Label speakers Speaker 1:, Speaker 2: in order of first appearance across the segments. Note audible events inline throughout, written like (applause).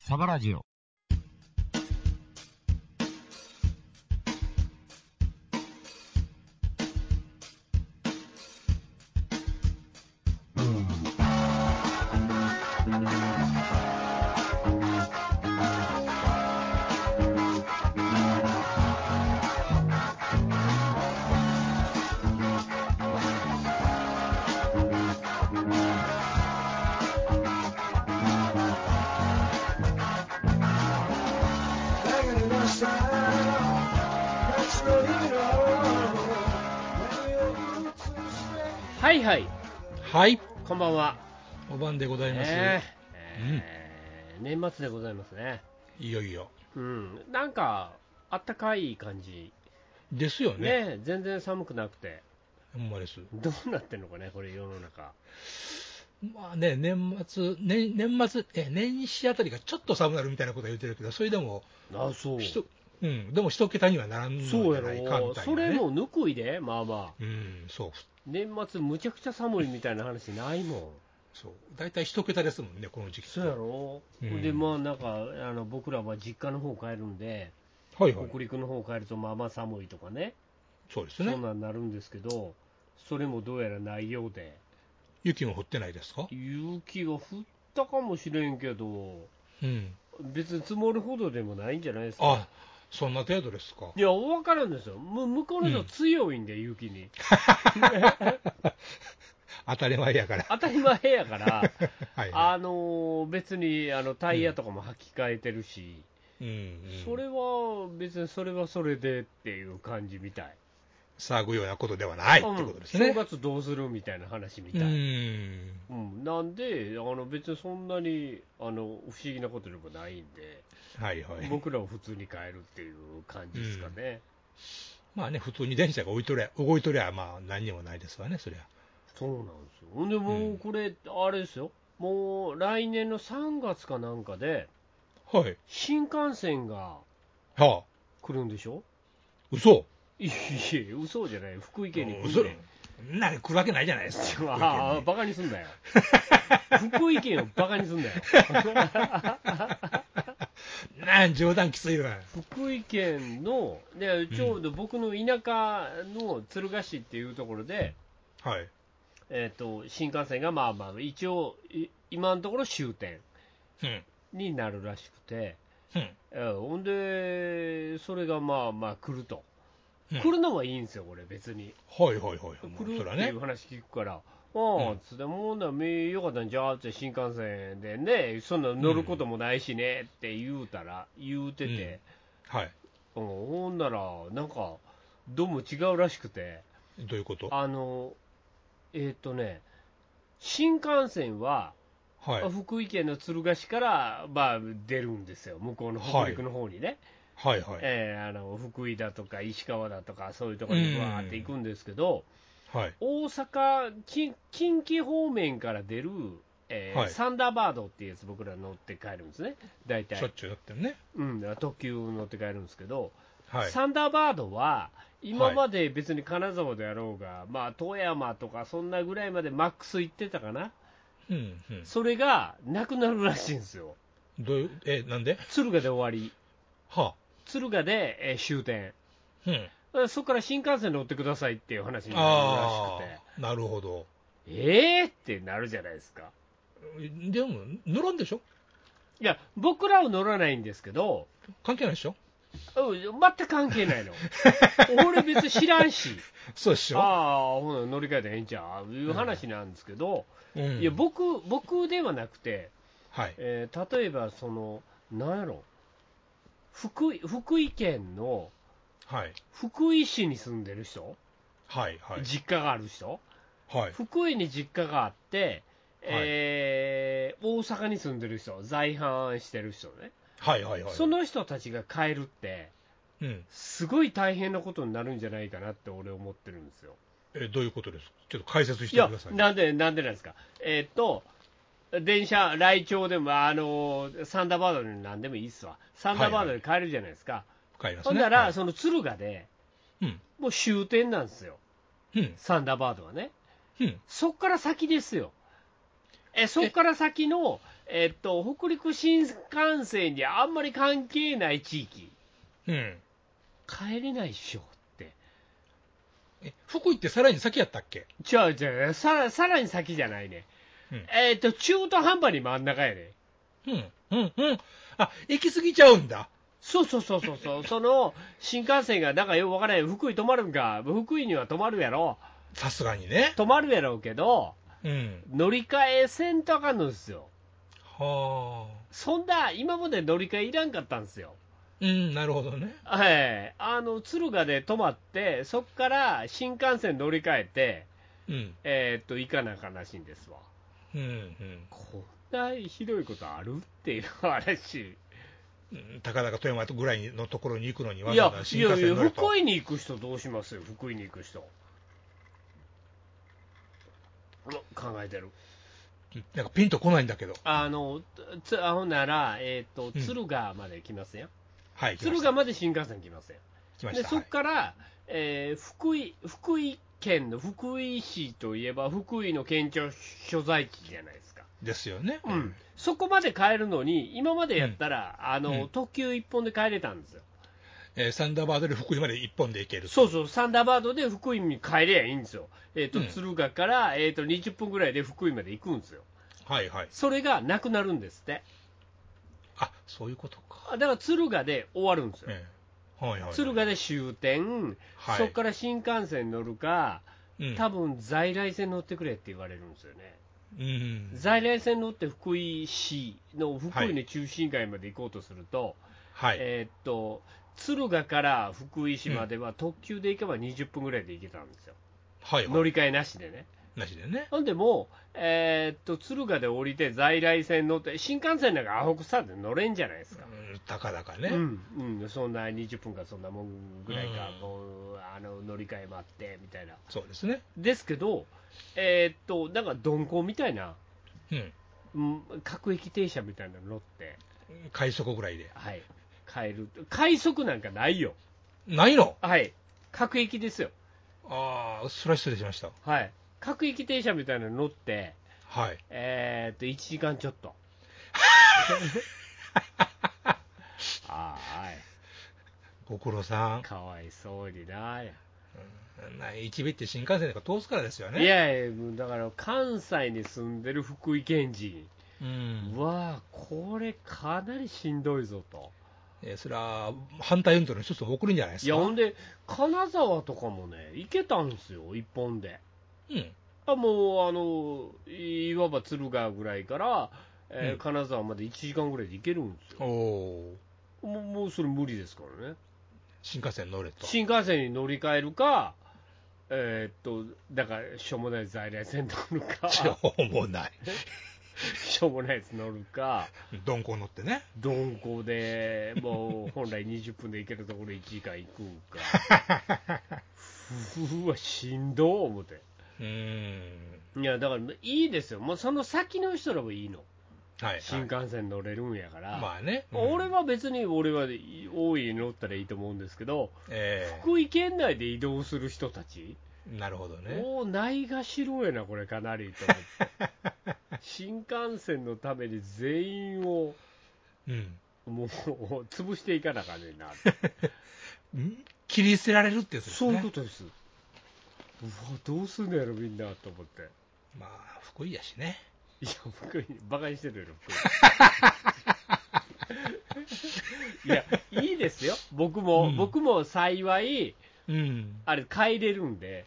Speaker 1: サバラジオ。
Speaker 2: はいはい、
Speaker 3: はい、
Speaker 2: こんばんは。
Speaker 3: お晩でございます。
Speaker 2: ねえー年末でございますね。
Speaker 3: いよいよ。
Speaker 2: うん、なんか、あったかい感じ、
Speaker 3: ですよね。
Speaker 2: ね全然寒くなくて、
Speaker 3: ほんまです。
Speaker 2: どうなってんのかね、これ、世の中。
Speaker 3: まあね、年末、年年末え、年始あたりがちょっと寒なるみたいなことは言ってるけど、それでも、
Speaker 2: あそう
Speaker 3: ひとうん、でも一桁にはならんのじ
Speaker 2: そう
Speaker 3: ゃ
Speaker 2: や
Speaker 3: ないかみ
Speaker 2: ろ、
Speaker 3: たいな、ね。
Speaker 2: それもぬくいで、まあまあ、
Speaker 3: うん、そう、
Speaker 2: 年末、むちゃくちゃ寒いみたいな話ないもん。
Speaker 3: そう。大体一桁ですもんね、この時期。
Speaker 2: そうやろ、
Speaker 3: うん
Speaker 2: で、まあなんか、あの僕らは実家の方帰るんで、
Speaker 3: はいはい
Speaker 2: 北。陸の方帰ると、まあまあ寒いとかね、
Speaker 3: そうです
Speaker 2: そ
Speaker 3: ね
Speaker 2: ん。なんなるんですけど、それもどうやらないようで。
Speaker 3: 雪も降ってないですか
Speaker 2: 雪は降ったかもしれんけど、
Speaker 3: うん。
Speaker 2: 別に積もるほどでもないんじゃないですか。
Speaker 3: あ、そんな程度ですか。
Speaker 2: いや、分からんですよ、む向こうの人強いんで、雪に、
Speaker 3: 当たり前やから。
Speaker 2: 当たり前やから、
Speaker 3: (laughs) はいは
Speaker 2: あのー別にあのタイヤとかも履き替えてるし、
Speaker 3: い。うん、うん。
Speaker 2: それは別にそれはそれでっていう感じみたい、
Speaker 3: 騒ぐようなことではないって
Speaker 2: うん
Speaker 3: ことですね。
Speaker 2: 正月どうするみたいな話みた
Speaker 3: う
Speaker 2: い。うん
Speaker 3: ん。
Speaker 2: なんで、あの別にそんなにあの不思議なことでもないんで、
Speaker 3: はいはい。
Speaker 2: 僕らは普通に帰るっていう感じですかね。
Speaker 3: まあね、普通に電車が動いとりゃ、動いとりゃ、まあ何にもないですわね、そりゃ。
Speaker 2: そうなんですよ。ほんで、も
Speaker 3: う
Speaker 2: うんこれ、あれですよ、もう来年の3月かなんかで、
Speaker 3: はい。
Speaker 2: 新幹線が
Speaker 3: はあ、
Speaker 2: 来るんでしょ
Speaker 3: 嘘。
Speaker 2: いえいえ、嘘じゃない、福井県に来
Speaker 3: 嘘
Speaker 2: るね。
Speaker 3: そんなん来るわけないじゃないですか。
Speaker 2: ああ、バカにすんな (laughs) よ。福井県をバカにすんなよ。
Speaker 3: なん冗談きついわ。
Speaker 2: 福井県の、でちょうど僕の田舎の敦賀市っていうところで、
Speaker 3: はい。
Speaker 2: えっと新幹線がまあまあ、一応、い今のところ終点
Speaker 3: うん。
Speaker 2: になるらしくて。
Speaker 3: うん。
Speaker 2: うんほんで、それがまあまあ来ると、
Speaker 3: うん
Speaker 2: 来るのはいいんですよ、これ、別に、
Speaker 3: はいはいはいはい。
Speaker 2: 来る
Speaker 3: そら
Speaker 2: ってい
Speaker 3: ね
Speaker 2: う。話聞くから、ああ、
Speaker 3: うん
Speaker 2: つって、もうな、めよかったんじゃあって、新幹線でね、そんな乗ることもないしねって言うたら、言うてて、
Speaker 3: はい。
Speaker 2: うんほんなら、なんか、どうも違うらしくて、
Speaker 3: どういうこと
Speaker 2: あの、えっ、とね、新幹線は、
Speaker 3: はい。
Speaker 2: 福井県の敦賀市から、まあ、出るんですよ、向こうの北陸の方にね。
Speaker 3: はいはい。
Speaker 2: えーあの福井だとか石川だとかそういうところにわーって行くんですけど、
Speaker 3: はい。
Speaker 2: 大阪近近畿方面から出る、えー
Speaker 3: はい
Speaker 2: サンダーバードっていうやつ僕ら乗って帰るんですね大
Speaker 3: しょっ
Speaker 2: 体、
Speaker 3: ちゅうやってるね。
Speaker 2: うん、特急乗って帰るんですけど、
Speaker 3: はい。
Speaker 2: サンダーバードは今まで別に金沢であろうが、まあ富山とかそんなぐらいまでマックス行ってたかな
Speaker 3: うんうん。
Speaker 2: それがなくなるらしいんですよ
Speaker 3: どういう、え、なんで
Speaker 2: 敦賀で終わり
Speaker 3: は
Speaker 2: 敦賀で、えー終点
Speaker 3: あ。うん。
Speaker 2: そこから新幹線乗ってくださいっていう話にな
Speaker 3: あ
Speaker 2: るらし
Speaker 3: あ、なるほど。
Speaker 2: くて、えーってなるじゃないですか。
Speaker 3: でも、乗らんでしょ
Speaker 2: いや、僕らは乗らないんですけど、
Speaker 3: 関係ないでしょ
Speaker 2: うん全く関係ない
Speaker 3: (laughs)
Speaker 2: の。俺別に知らんし、
Speaker 3: そうでしょ
Speaker 2: ああ、ほな乗り換えたらええんちゃういう話なんですけど、
Speaker 3: うん。
Speaker 2: いや、僕、僕ではなくて、
Speaker 3: はい。
Speaker 2: えー例えば、その、なんやろ、福井、福井県の
Speaker 3: はい。
Speaker 2: 福井市に住んでる人、
Speaker 3: はいはい。
Speaker 2: 実家がある人、
Speaker 3: はい。
Speaker 2: 福井に実家があって、えー大阪に住んでる人、在阪してる人ね、
Speaker 3: はいはいはい。
Speaker 2: その人たちが帰るって、
Speaker 3: うん。
Speaker 2: すごい大変なことになるんじゃないかなって俺、思ってるんですよ。
Speaker 3: え、どういうことですかちょっと解説し
Speaker 2: い
Speaker 3: て
Speaker 2: や
Speaker 3: ください。
Speaker 2: なんで、なんでなんですか、えーっと、電車、来庁でも、あのサンダーバードでなんでもいいっすわ、サンダーバードで帰るじゃないですか、
Speaker 3: 買います
Speaker 2: ほん
Speaker 3: ね。
Speaker 2: なら、
Speaker 3: はい
Speaker 2: その敦賀で、
Speaker 3: うん。
Speaker 2: もう終点なんですよ、
Speaker 3: うん。
Speaker 2: サンダーバードはね。
Speaker 3: うん。
Speaker 2: そっから先ですよ。え、そっから先の、えっと、北陸新幹線にあんまり関係ない地域、
Speaker 3: うん。
Speaker 2: 帰れないっしょって、
Speaker 3: え、福井ってさらに先やったっけ
Speaker 2: 違う違う、さらさらに先じゃないね、
Speaker 3: うん
Speaker 2: えっと、中途半端に真ん中やね、
Speaker 3: うん、うん、うん。あ、行き過ぎちゃうんだ。
Speaker 2: そうそうそうそう
Speaker 3: (laughs)
Speaker 2: そう、その新幹線がなんかよくわからない、福井止まるんか、福井には止まるやろ、
Speaker 3: さすがにね。
Speaker 2: 止まるやろうけど、
Speaker 3: うん。
Speaker 2: 乗り換えせんとあかんのですよ、
Speaker 3: はあ。
Speaker 2: そんな、今まで乗り換えいらんかったんですよ。
Speaker 3: うん、なるほどね。
Speaker 2: はい、あの敦賀で泊まって、そこから新幹線乗り換えて、
Speaker 3: うん、
Speaker 2: えーっと行かなあかんらしいんですわ。
Speaker 3: うん、
Speaker 2: こんなひどいことあるっていう話、
Speaker 3: うん。たかだか富山ぐらいのところに行くのにわ
Speaker 2: い
Speaker 3: ざ
Speaker 2: や
Speaker 3: わざ、
Speaker 2: い
Speaker 3: 新
Speaker 2: や
Speaker 3: 幹
Speaker 2: いや、
Speaker 3: 線乗ると。
Speaker 2: 福井に行く人、どうしますよ、福井に行く人。うわ考えてる
Speaker 3: うんなんかピンとこないんだけど。
Speaker 2: あのつあほんなら、えーっと
Speaker 3: うん
Speaker 2: 敦賀まで来ません、
Speaker 3: はい、来ま
Speaker 2: 敦
Speaker 3: した
Speaker 2: 賀。まで新幹線来ません、
Speaker 3: 来ま
Speaker 2: で
Speaker 3: した。
Speaker 2: そ
Speaker 3: は
Speaker 2: こ
Speaker 3: い
Speaker 2: から、えー福井福井県の福井市といえば福井の県庁所在地じゃないですか、
Speaker 3: ですよね。
Speaker 2: うん。そこまで帰るのに今までやったら、あの
Speaker 3: うん
Speaker 2: 特急1本で帰れたんですよ、
Speaker 3: えーサンダーバードで福井まで一本で行ける。
Speaker 2: そうそうサンダーバードで福井に帰れやいいんですよ、えーと
Speaker 3: うん
Speaker 2: 敦賀から、えー、と20分ぐらいで福井まで行くんですよ
Speaker 3: はいはい。
Speaker 2: それがなくなるんですって
Speaker 3: あ、そういうことか。
Speaker 2: だから敦賀で終わるんですよ、
Speaker 3: ええはいはいはい。
Speaker 2: 敦賀で終点、
Speaker 3: はい
Speaker 2: そこから新幹線乗るか、
Speaker 3: うん、
Speaker 2: 多分在来線乗ってくれって言われるんですよね、
Speaker 3: うん。
Speaker 2: 在来線乗って福井市の福井
Speaker 3: は
Speaker 2: の中心街まで行こうとすると、
Speaker 3: はい。
Speaker 2: えーっと敦賀から福井市までは特急で行けば20分ぐらいで行けたんですよ、
Speaker 3: はい
Speaker 2: 乗
Speaker 3: は
Speaker 2: り換えなしでね。
Speaker 3: い。なしでね。
Speaker 2: なんでもう、えーっと敦賀で降りて在来線乗って、新幹線なんかアホくさで乗れんじゃないですか。
Speaker 3: うん、たかだかね。
Speaker 2: うんうん、そんな20分かそんなもんぐらいか、
Speaker 3: うん
Speaker 2: こうあの乗り換え待ってみたいな、
Speaker 3: そうですね。
Speaker 2: ですけど、えーっとなんか鈍行みたいな、
Speaker 3: うん。
Speaker 2: うん、各駅停車みたいなの乗って、
Speaker 3: 快速ぐらいで。
Speaker 2: はい、変える、快速なんかないよ、
Speaker 3: ないの
Speaker 2: はい、各駅ですよ、
Speaker 3: ああ、それは失礼しました。
Speaker 2: はい、各駅停車みたいなの乗って、
Speaker 3: はい。
Speaker 2: えーっと1時間ちょっ (laughs) と。あーはい、
Speaker 3: ご苦労さん。
Speaker 2: かわいそうにな、
Speaker 3: ない一部って新幹線とか通すからですよね。
Speaker 2: いやいや、もうだから関西に住んでる福井県人
Speaker 3: うん。
Speaker 2: は、これ、かなりしんどいぞと、
Speaker 3: えーそれは反対運動の一つを送るんじゃないです
Speaker 2: い
Speaker 3: か。
Speaker 2: や、ほんで、金沢とかもね、行けたんですよ、一本で、
Speaker 3: うん。
Speaker 2: あもうあの、いわば敦賀ぐらいから、えー
Speaker 3: うん
Speaker 2: 金沢まで1時間ぐらいで行けるんですよ、
Speaker 3: おおー。
Speaker 2: もうもうそれ無理ですからね、
Speaker 3: 新幹線乗れと。
Speaker 2: 新幹線に乗り換えるか、えーっと、だから、しょうもない在来線乗る (laughs) か、
Speaker 3: しょうもない。
Speaker 2: しょうもないやつ乗るか。
Speaker 3: 鈍行乗ってね。
Speaker 2: 鈍行でもう本来20分で行けるところ1時間行くんかうわしんどー思って
Speaker 3: うーん。
Speaker 2: いやだからいいですよもうその先の人らもいいの
Speaker 3: はい、はい。
Speaker 2: 新幹線乗れるんやから、
Speaker 3: まあね。うん
Speaker 2: 俺、は別に俺は大いに乗ったらいいと思うんですけど
Speaker 3: ええ
Speaker 2: 福井県内で移動する人たち、
Speaker 3: なるほどね。
Speaker 2: おおないがしろやなこれかなりと思 (laughs) って新幹線のために全員を
Speaker 3: うん。
Speaker 2: もう潰していかなあかねえなって
Speaker 3: ん切り捨てられるってやつです
Speaker 2: (laughs) そう
Speaker 3: ね。
Speaker 2: いうことです。うわ、どうすんのやろ、みんなと思って。
Speaker 3: まあ、福井やしね。
Speaker 2: いや、福井、バカにしてるやろ、 (laughs) 福井。いや、いいですよ。僕も、
Speaker 3: うん
Speaker 2: 僕も幸い、
Speaker 3: うん。
Speaker 2: あれ、帰れるんで、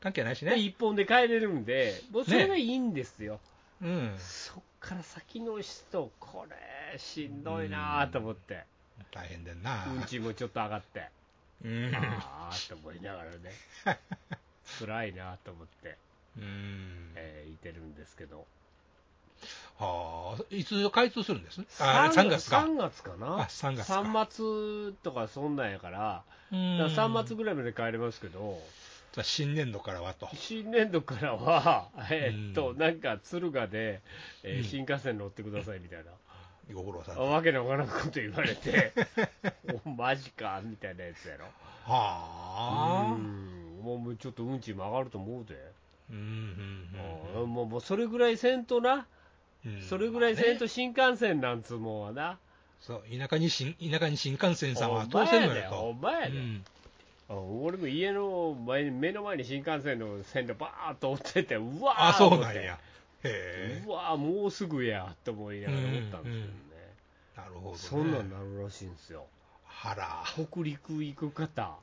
Speaker 3: 関係ないし
Speaker 2: で
Speaker 3: ね。
Speaker 2: 一本で帰れるんで、もうそれがいいんですよ。
Speaker 3: うん。
Speaker 2: そっから先の人、これ、しんどいなぁと思って、
Speaker 3: 大変だな。
Speaker 2: うんちもちょっと上が (laughs) って、
Speaker 3: うん。
Speaker 2: あーと思いながら (laughs) ね、辛いなぁと思って、
Speaker 3: うん。
Speaker 2: えーいてるんですけど。
Speaker 3: はあ、いつ開通するんですあ
Speaker 2: 三
Speaker 3: 3月か。
Speaker 2: 三月かな
Speaker 3: あ三月か
Speaker 2: 三末とかそんなんやからだから3
Speaker 3: 3
Speaker 2: 末ぐらいまで帰れますけど
Speaker 3: 新年度からはと。
Speaker 2: 新年度からはえーっと
Speaker 3: うん
Speaker 2: なんか敦賀で、えー
Speaker 3: うん
Speaker 2: 新幹線乗ってくださいみたいな、
Speaker 3: ご苦労さん。
Speaker 2: あ
Speaker 3: は
Speaker 2: わけのわからんこと言われて (laughs) おマジかみたいなやつやろ
Speaker 3: あ
Speaker 2: う。んもうちょっと運賃も上がると思うで、
Speaker 3: うんうんうん
Speaker 2: うんもうもうそれぐらいせんとな
Speaker 3: うん
Speaker 2: それぐらいせん
Speaker 3: まあね
Speaker 2: と新幹線なんつうもんはな、
Speaker 3: そう田舎に新田舎に新幹線さんは
Speaker 2: お
Speaker 3: 通
Speaker 2: 前
Speaker 3: せん
Speaker 2: や
Speaker 3: の
Speaker 2: で
Speaker 3: よ
Speaker 2: お
Speaker 3: と、
Speaker 2: 前や
Speaker 3: う
Speaker 2: で、
Speaker 3: ん
Speaker 2: あ俺も家の前に目の前に新幹線の線路ばーっと追っててうわー
Speaker 3: ああそう
Speaker 2: と思
Speaker 3: な
Speaker 2: っ
Speaker 3: ん
Speaker 2: て
Speaker 3: やへえ
Speaker 2: うわーもうすぐやと思いながら思ったんですけどね、
Speaker 3: なるほど、ね、
Speaker 2: そんなんなるらしいんですよ
Speaker 3: はら
Speaker 2: 北陸行く方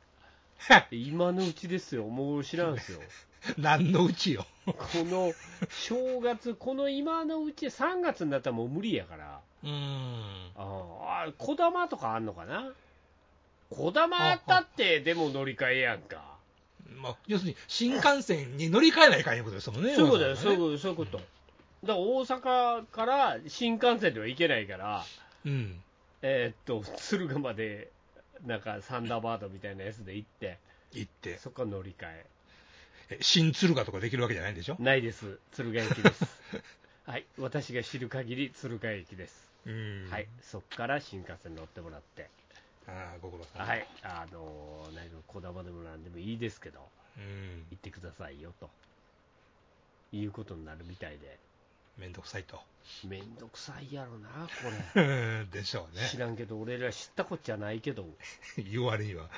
Speaker 2: 今のうちですよもう知らんすよ
Speaker 3: (laughs) 何のうちよ
Speaker 2: この正月この今のうち3月になったらもう無理やから
Speaker 3: うん
Speaker 2: ああこだまとかあんのかなこだまあったってでも乗り換えやんか
Speaker 3: まあ、要するに新幹線に乗り換えないかんいうことですもんね、
Speaker 2: そういうことだ
Speaker 3: わ
Speaker 2: よ、
Speaker 3: ざ
Speaker 2: そう
Speaker 3: わ
Speaker 2: い
Speaker 3: ざ
Speaker 2: うこと、そう
Speaker 3: ね
Speaker 2: いうこと。だから大阪から新幹線では行けないから、
Speaker 3: うん、
Speaker 2: えーっと、敦賀まで、なんかサンダーバードみたいなやつで行って、
Speaker 3: 行って、
Speaker 2: そこから乗り換え。
Speaker 3: え新敦賀とかできるわけじゃないんでしょ、
Speaker 2: ないです、敦賀駅 (laughs) です。はい、私が知る限り敦賀駅です。
Speaker 3: うん
Speaker 2: はい、そこから新幹線乗ってもらって、
Speaker 3: ああご苦労さん、
Speaker 2: はい、あのー、なんかこだまでもなんでもいいですけど、
Speaker 3: うん、
Speaker 2: 行ってくださいよと。いうことになるみたいで、
Speaker 3: めんどくさいと、 (laughs)
Speaker 2: めんどくさいやろな、これ。
Speaker 3: でしょう
Speaker 2: 知
Speaker 3: ね、
Speaker 2: らんけど、俺ら知ったこっちゃないけど、
Speaker 3: 言われには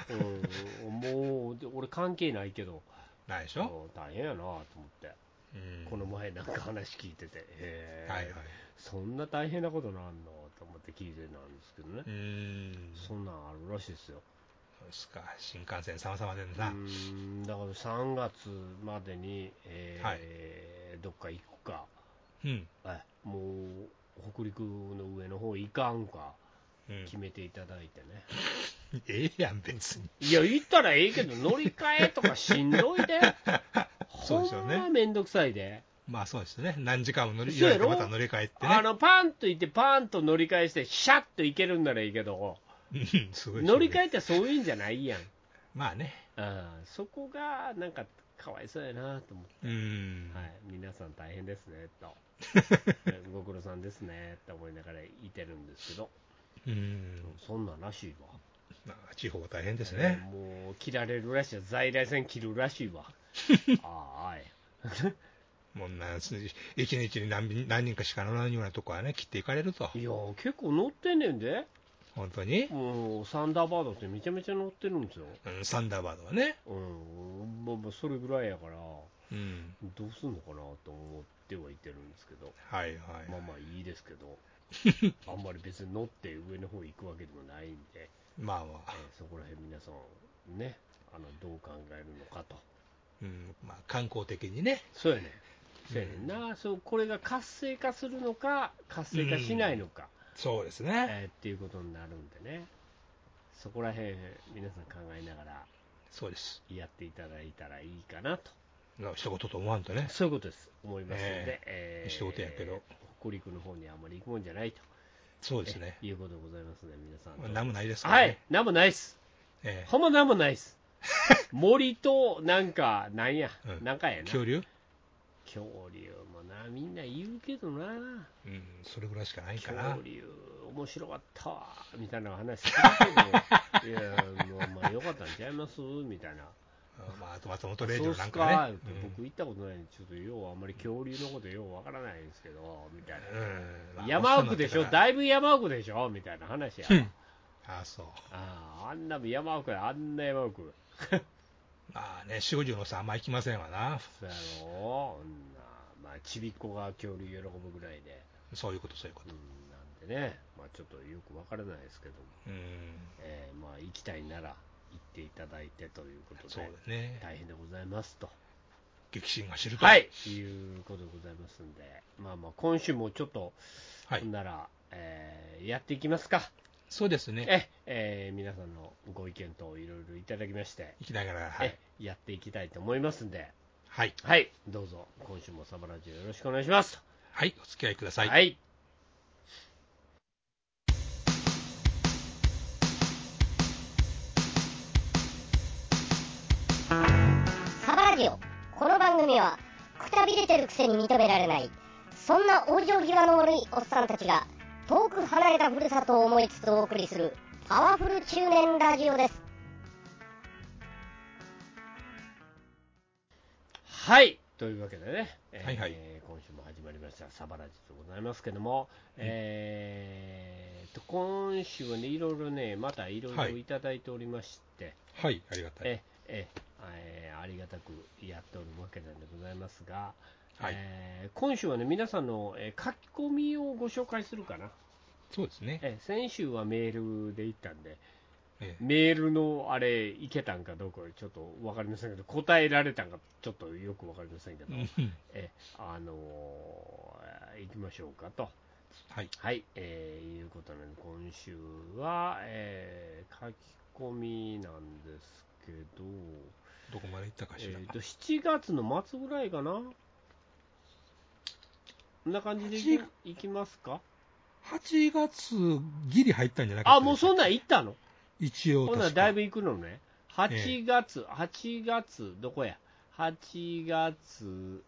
Speaker 2: うん、もうで俺関係ないけど、
Speaker 3: ないでし
Speaker 2: うん
Speaker 3: ょ、
Speaker 2: 大変やなと思って、
Speaker 3: うん
Speaker 2: この前なんか話聞いてて、へー
Speaker 3: はいはい、
Speaker 2: そんな大変なことなんのと思って聞いてたんですけどね
Speaker 3: う、ん、
Speaker 2: そんなんあるらしいですよ、
Speaker 3: そうですか、新幹線様々で
Speaker 2: う
Speaker 3: な、
Speaker 2: んだから3月までに、えー
Speaker 3: はい
Speaker 2: どっか行くか、
Speaker 3: うん、
Speaker 2: えもう北陸の上の方行かんか
Speaker 3: うん、
Speaker 2: 決めていただいてね。
Speaker 3: ええやん、別に、
Speaker 2: いや、行ったらええけど、乗り換えとかしんどいで、
Speaker 3: (laughs) そうですよね
Speaker 2: ほんまめんどくさいで、
Speaker 3: まあそうですね、何時間も乗り
Speaker 2: そうや
Speaker 3: 言
Speaker 2: ろ
Speaker 3: われてまた乗り換えって
Speaker 2: あ
Speaker 3: ね、
Speaker 2: のパンと行って、パンと乗り換えして、シャッと行けるんならいいけど、
Speaker 3: うんすごいですよね
Speaker 2: 乗り換えってそういうんじゃないやん、
Speaker 3: まあね、
Speaker 2: あーそこがなんかかわいそうやなと思って、
Speaker 3: うん、
Speaker 2: はい、皆さん大変ですね
Speaker 3: (laughs)
Speaker 2: と、ご苦労さんですねと思いながらいてるんですけど、
Speaker 3: うん、
Speaker 2: そんなんらしいわ。
Speaker 3: まあ地方は大変ですね。
Speaker 2: もう切られるらしいわ在来線切るらしい
Speaker 3: (laughs)
Speaker 2: わああはい
Speaker 3: もんなんす一日に何人何人かしか乗らないようなとこはね、切っていかれると、
Speaker 2: いや結構乗ってんねんで
Speaker 3: 本当に、
Speaker 2: もうサンダーバードってめちゃめちゃ乗ってるんですよ
Speaker 3: うん、サンダーバードはね、
Speaker 2: うんまあまあそれぐらいやから
Speaker 3: うん、
Speaker 2: どうすんのかなと思ってはいてるんですけど
Speaker 3: はいはい、
Speaker 2: まあまあいいですけ
Speaker 3: (laughs)
Speaker 2: どあんまり別に乗って上の方行くわけでもないんで、
Speaker 3: まあま
Speaker 2: え
Speaker 3: あ、
Speaker 2: ーそこら辺皆さんねあのどう考えるのかと
Speaker 3: うんまあ、観光的にね、
Speaker 2: そうやねんそうやねんな、そうこれが活性化するのか活性化しないのか、
Speaker 3: そうですね、
Speaker 2: えーっていうことになるんでね、そこら辺皆さん考えながら
Speaker 3: そうです、
Speaker 2: やっていただいたらいいかなと、
Speaker 3: まあ一言と思わんとね、
Speaker 2: そういうことです、思いますので、え
Speaker 3: 一言やけど、
Speaker 2: 北陸の方にあんまり行くもんじゃないと
Speaker 3: そうですね、
Speaker 2: えいうことでございますので、皆さんどう
Speaker 3: まあ、
Speaker 2: ぞ、
Speaker 3: なんもないですから、ね、
Speaker 2: はい、なんもないっす、
Speaker 3: え
Speaker 2: ほんまなんもないっ
Speaker 3: (laughs)
Speaker 2: す、森となんか、なんや、
Speaker 3: うん
Speaker 2: なんかや
Speaker 3: え
Speaker 2: な、
Speaker 3: 恐竜、
Speaker 2: 恐竜もな、みんな言うけどな、
Speaker 3: うん、それぐらいしかないかな
Speaker 2: 恐、竜、面白かったわみたいな話してたけ
Speaker 3: (laughs)
Speaker 2: ど、いや、もうまあ、よかったんちゃいますみたいな。
Speaker 3: うんまあ、あと松本
Speaker 2: そ
Speaker 3: 零
Speaker 2: う
Speaker 3: 士
Speaker 2: っ
Speaker 3: のな
Speaker 2: す
Speaker 3: ん
Speaker 2: か
Speaker 3: か
Speaker 2: 言
Speaker 3: ね
Speaker 2: う、て僕行ったことないんで、ちょっとようあんまり恐竜のことようわからないんですけど、みたい
Speaker 3: うんうんま
Speaker 2: な。
Speaker 3: あ
Speaker 2: 山奥でしょ、
Speaker 3: そうなっ
Speaker 2: だいぶ山奥でしょみたいな話や
Speaker 3: て。からうんああそう
Speaker 2: あああんな山奥や、あんな山奥。
Speaker 3: まあね、四五十のさん、あんま行きませんわな、
Speaker 2: そうやろあんな、まあ、ちびっ子が恐竜喜ぶぐらいで、
Speaker 3: そういうこと、そういうこ
Speaker 2: うん
Speaker 3: と、、
Speaker 2: なんでね、まあ、ちょっとよくわからないですけども、
Speaker 3: うん、
Speaker 2: えーまあ、行きたいなら行っていただいてということ
Speaker 3: そう
Speaker 2: で、
Speaker 3: だね。
Speaker 2: 大変でございますと。
Speaker 3: 激震が知ると。
Speaker 2: はい、いうことでございますんで、まあまあ、今週もちょっと、
Speaker 3: はい
Speaker 2: ほんなら、えーやっていきますか、
Speaker 3: そうですね。
Speaker 2: ええー皆さんのご意見といろいろいただきまして、
Speaker 3: 行きながら、はい。
Speaker 2: えやっていきたいと思いますんで、
Speaker 3: はい。
Speaker 2: はい、どうぞ、今週もサバラジオよろしくお願いします。
Speaker 3: はい。お付き合いください。
Speaker 2: はい、
Speaker 1: サバラジオこの番組はくたびれてるくせに認められないそんな往生際の悪いおっさんたちが遠く離れたふるさとを思いつつお送りするパワフル中年ラジオです
Speaker 2: はい、というわけでね、えー
Speaker 3: はいはい
Speaker 2: 今週も始まりました、サバラジでございますけども、えーっと、今週はね、いろいろね、またいろいろ
Speaker 3: はい
Speaker 2: いただいておりまして、
Speaker 3: はい、ありがたい。
Speaker 2: えええーありがたくやっておるわけなんでございますが、
Speaker 3: はい
Speaker 2: えー今週はね、皆さんの、えー書き込みをご紹介するかな、
Speaker 3: そうですね。
Speaker 2: えー先週はメールで行ったんで、
Speaker 3: ええ
Speaker 2: メールのあれ、いけたんかどうか、ちょっと分かりませんけど、答えられたんか、ちょっとよく分かりませんけど、
Speaker 3: うん
Speaker 2: えあのー行きましょうかと。
Speaker 3: はい。
Speaker 2: はい、えーいうことなので、今週は、えー書き込みなんですけど、
Speaker 3: どこまで行ったかしら。
Speaker 2: えーと7月の末ぐらいかな、こんな感じでいき
Speaker 3: 8
Speaker 2: いきますか、
Speaker 3: 8月ギリ入ったんじゃなかった
Speaker 2: あもうそんなん行ったの、
Speaker 3: 一応
Speaker 2: ほんなら
Speaker 3: 確
Speaker 2: だ
Speaker 3: か
Speaker 2: いぶ行くのね、8月、8月、どこや、8月、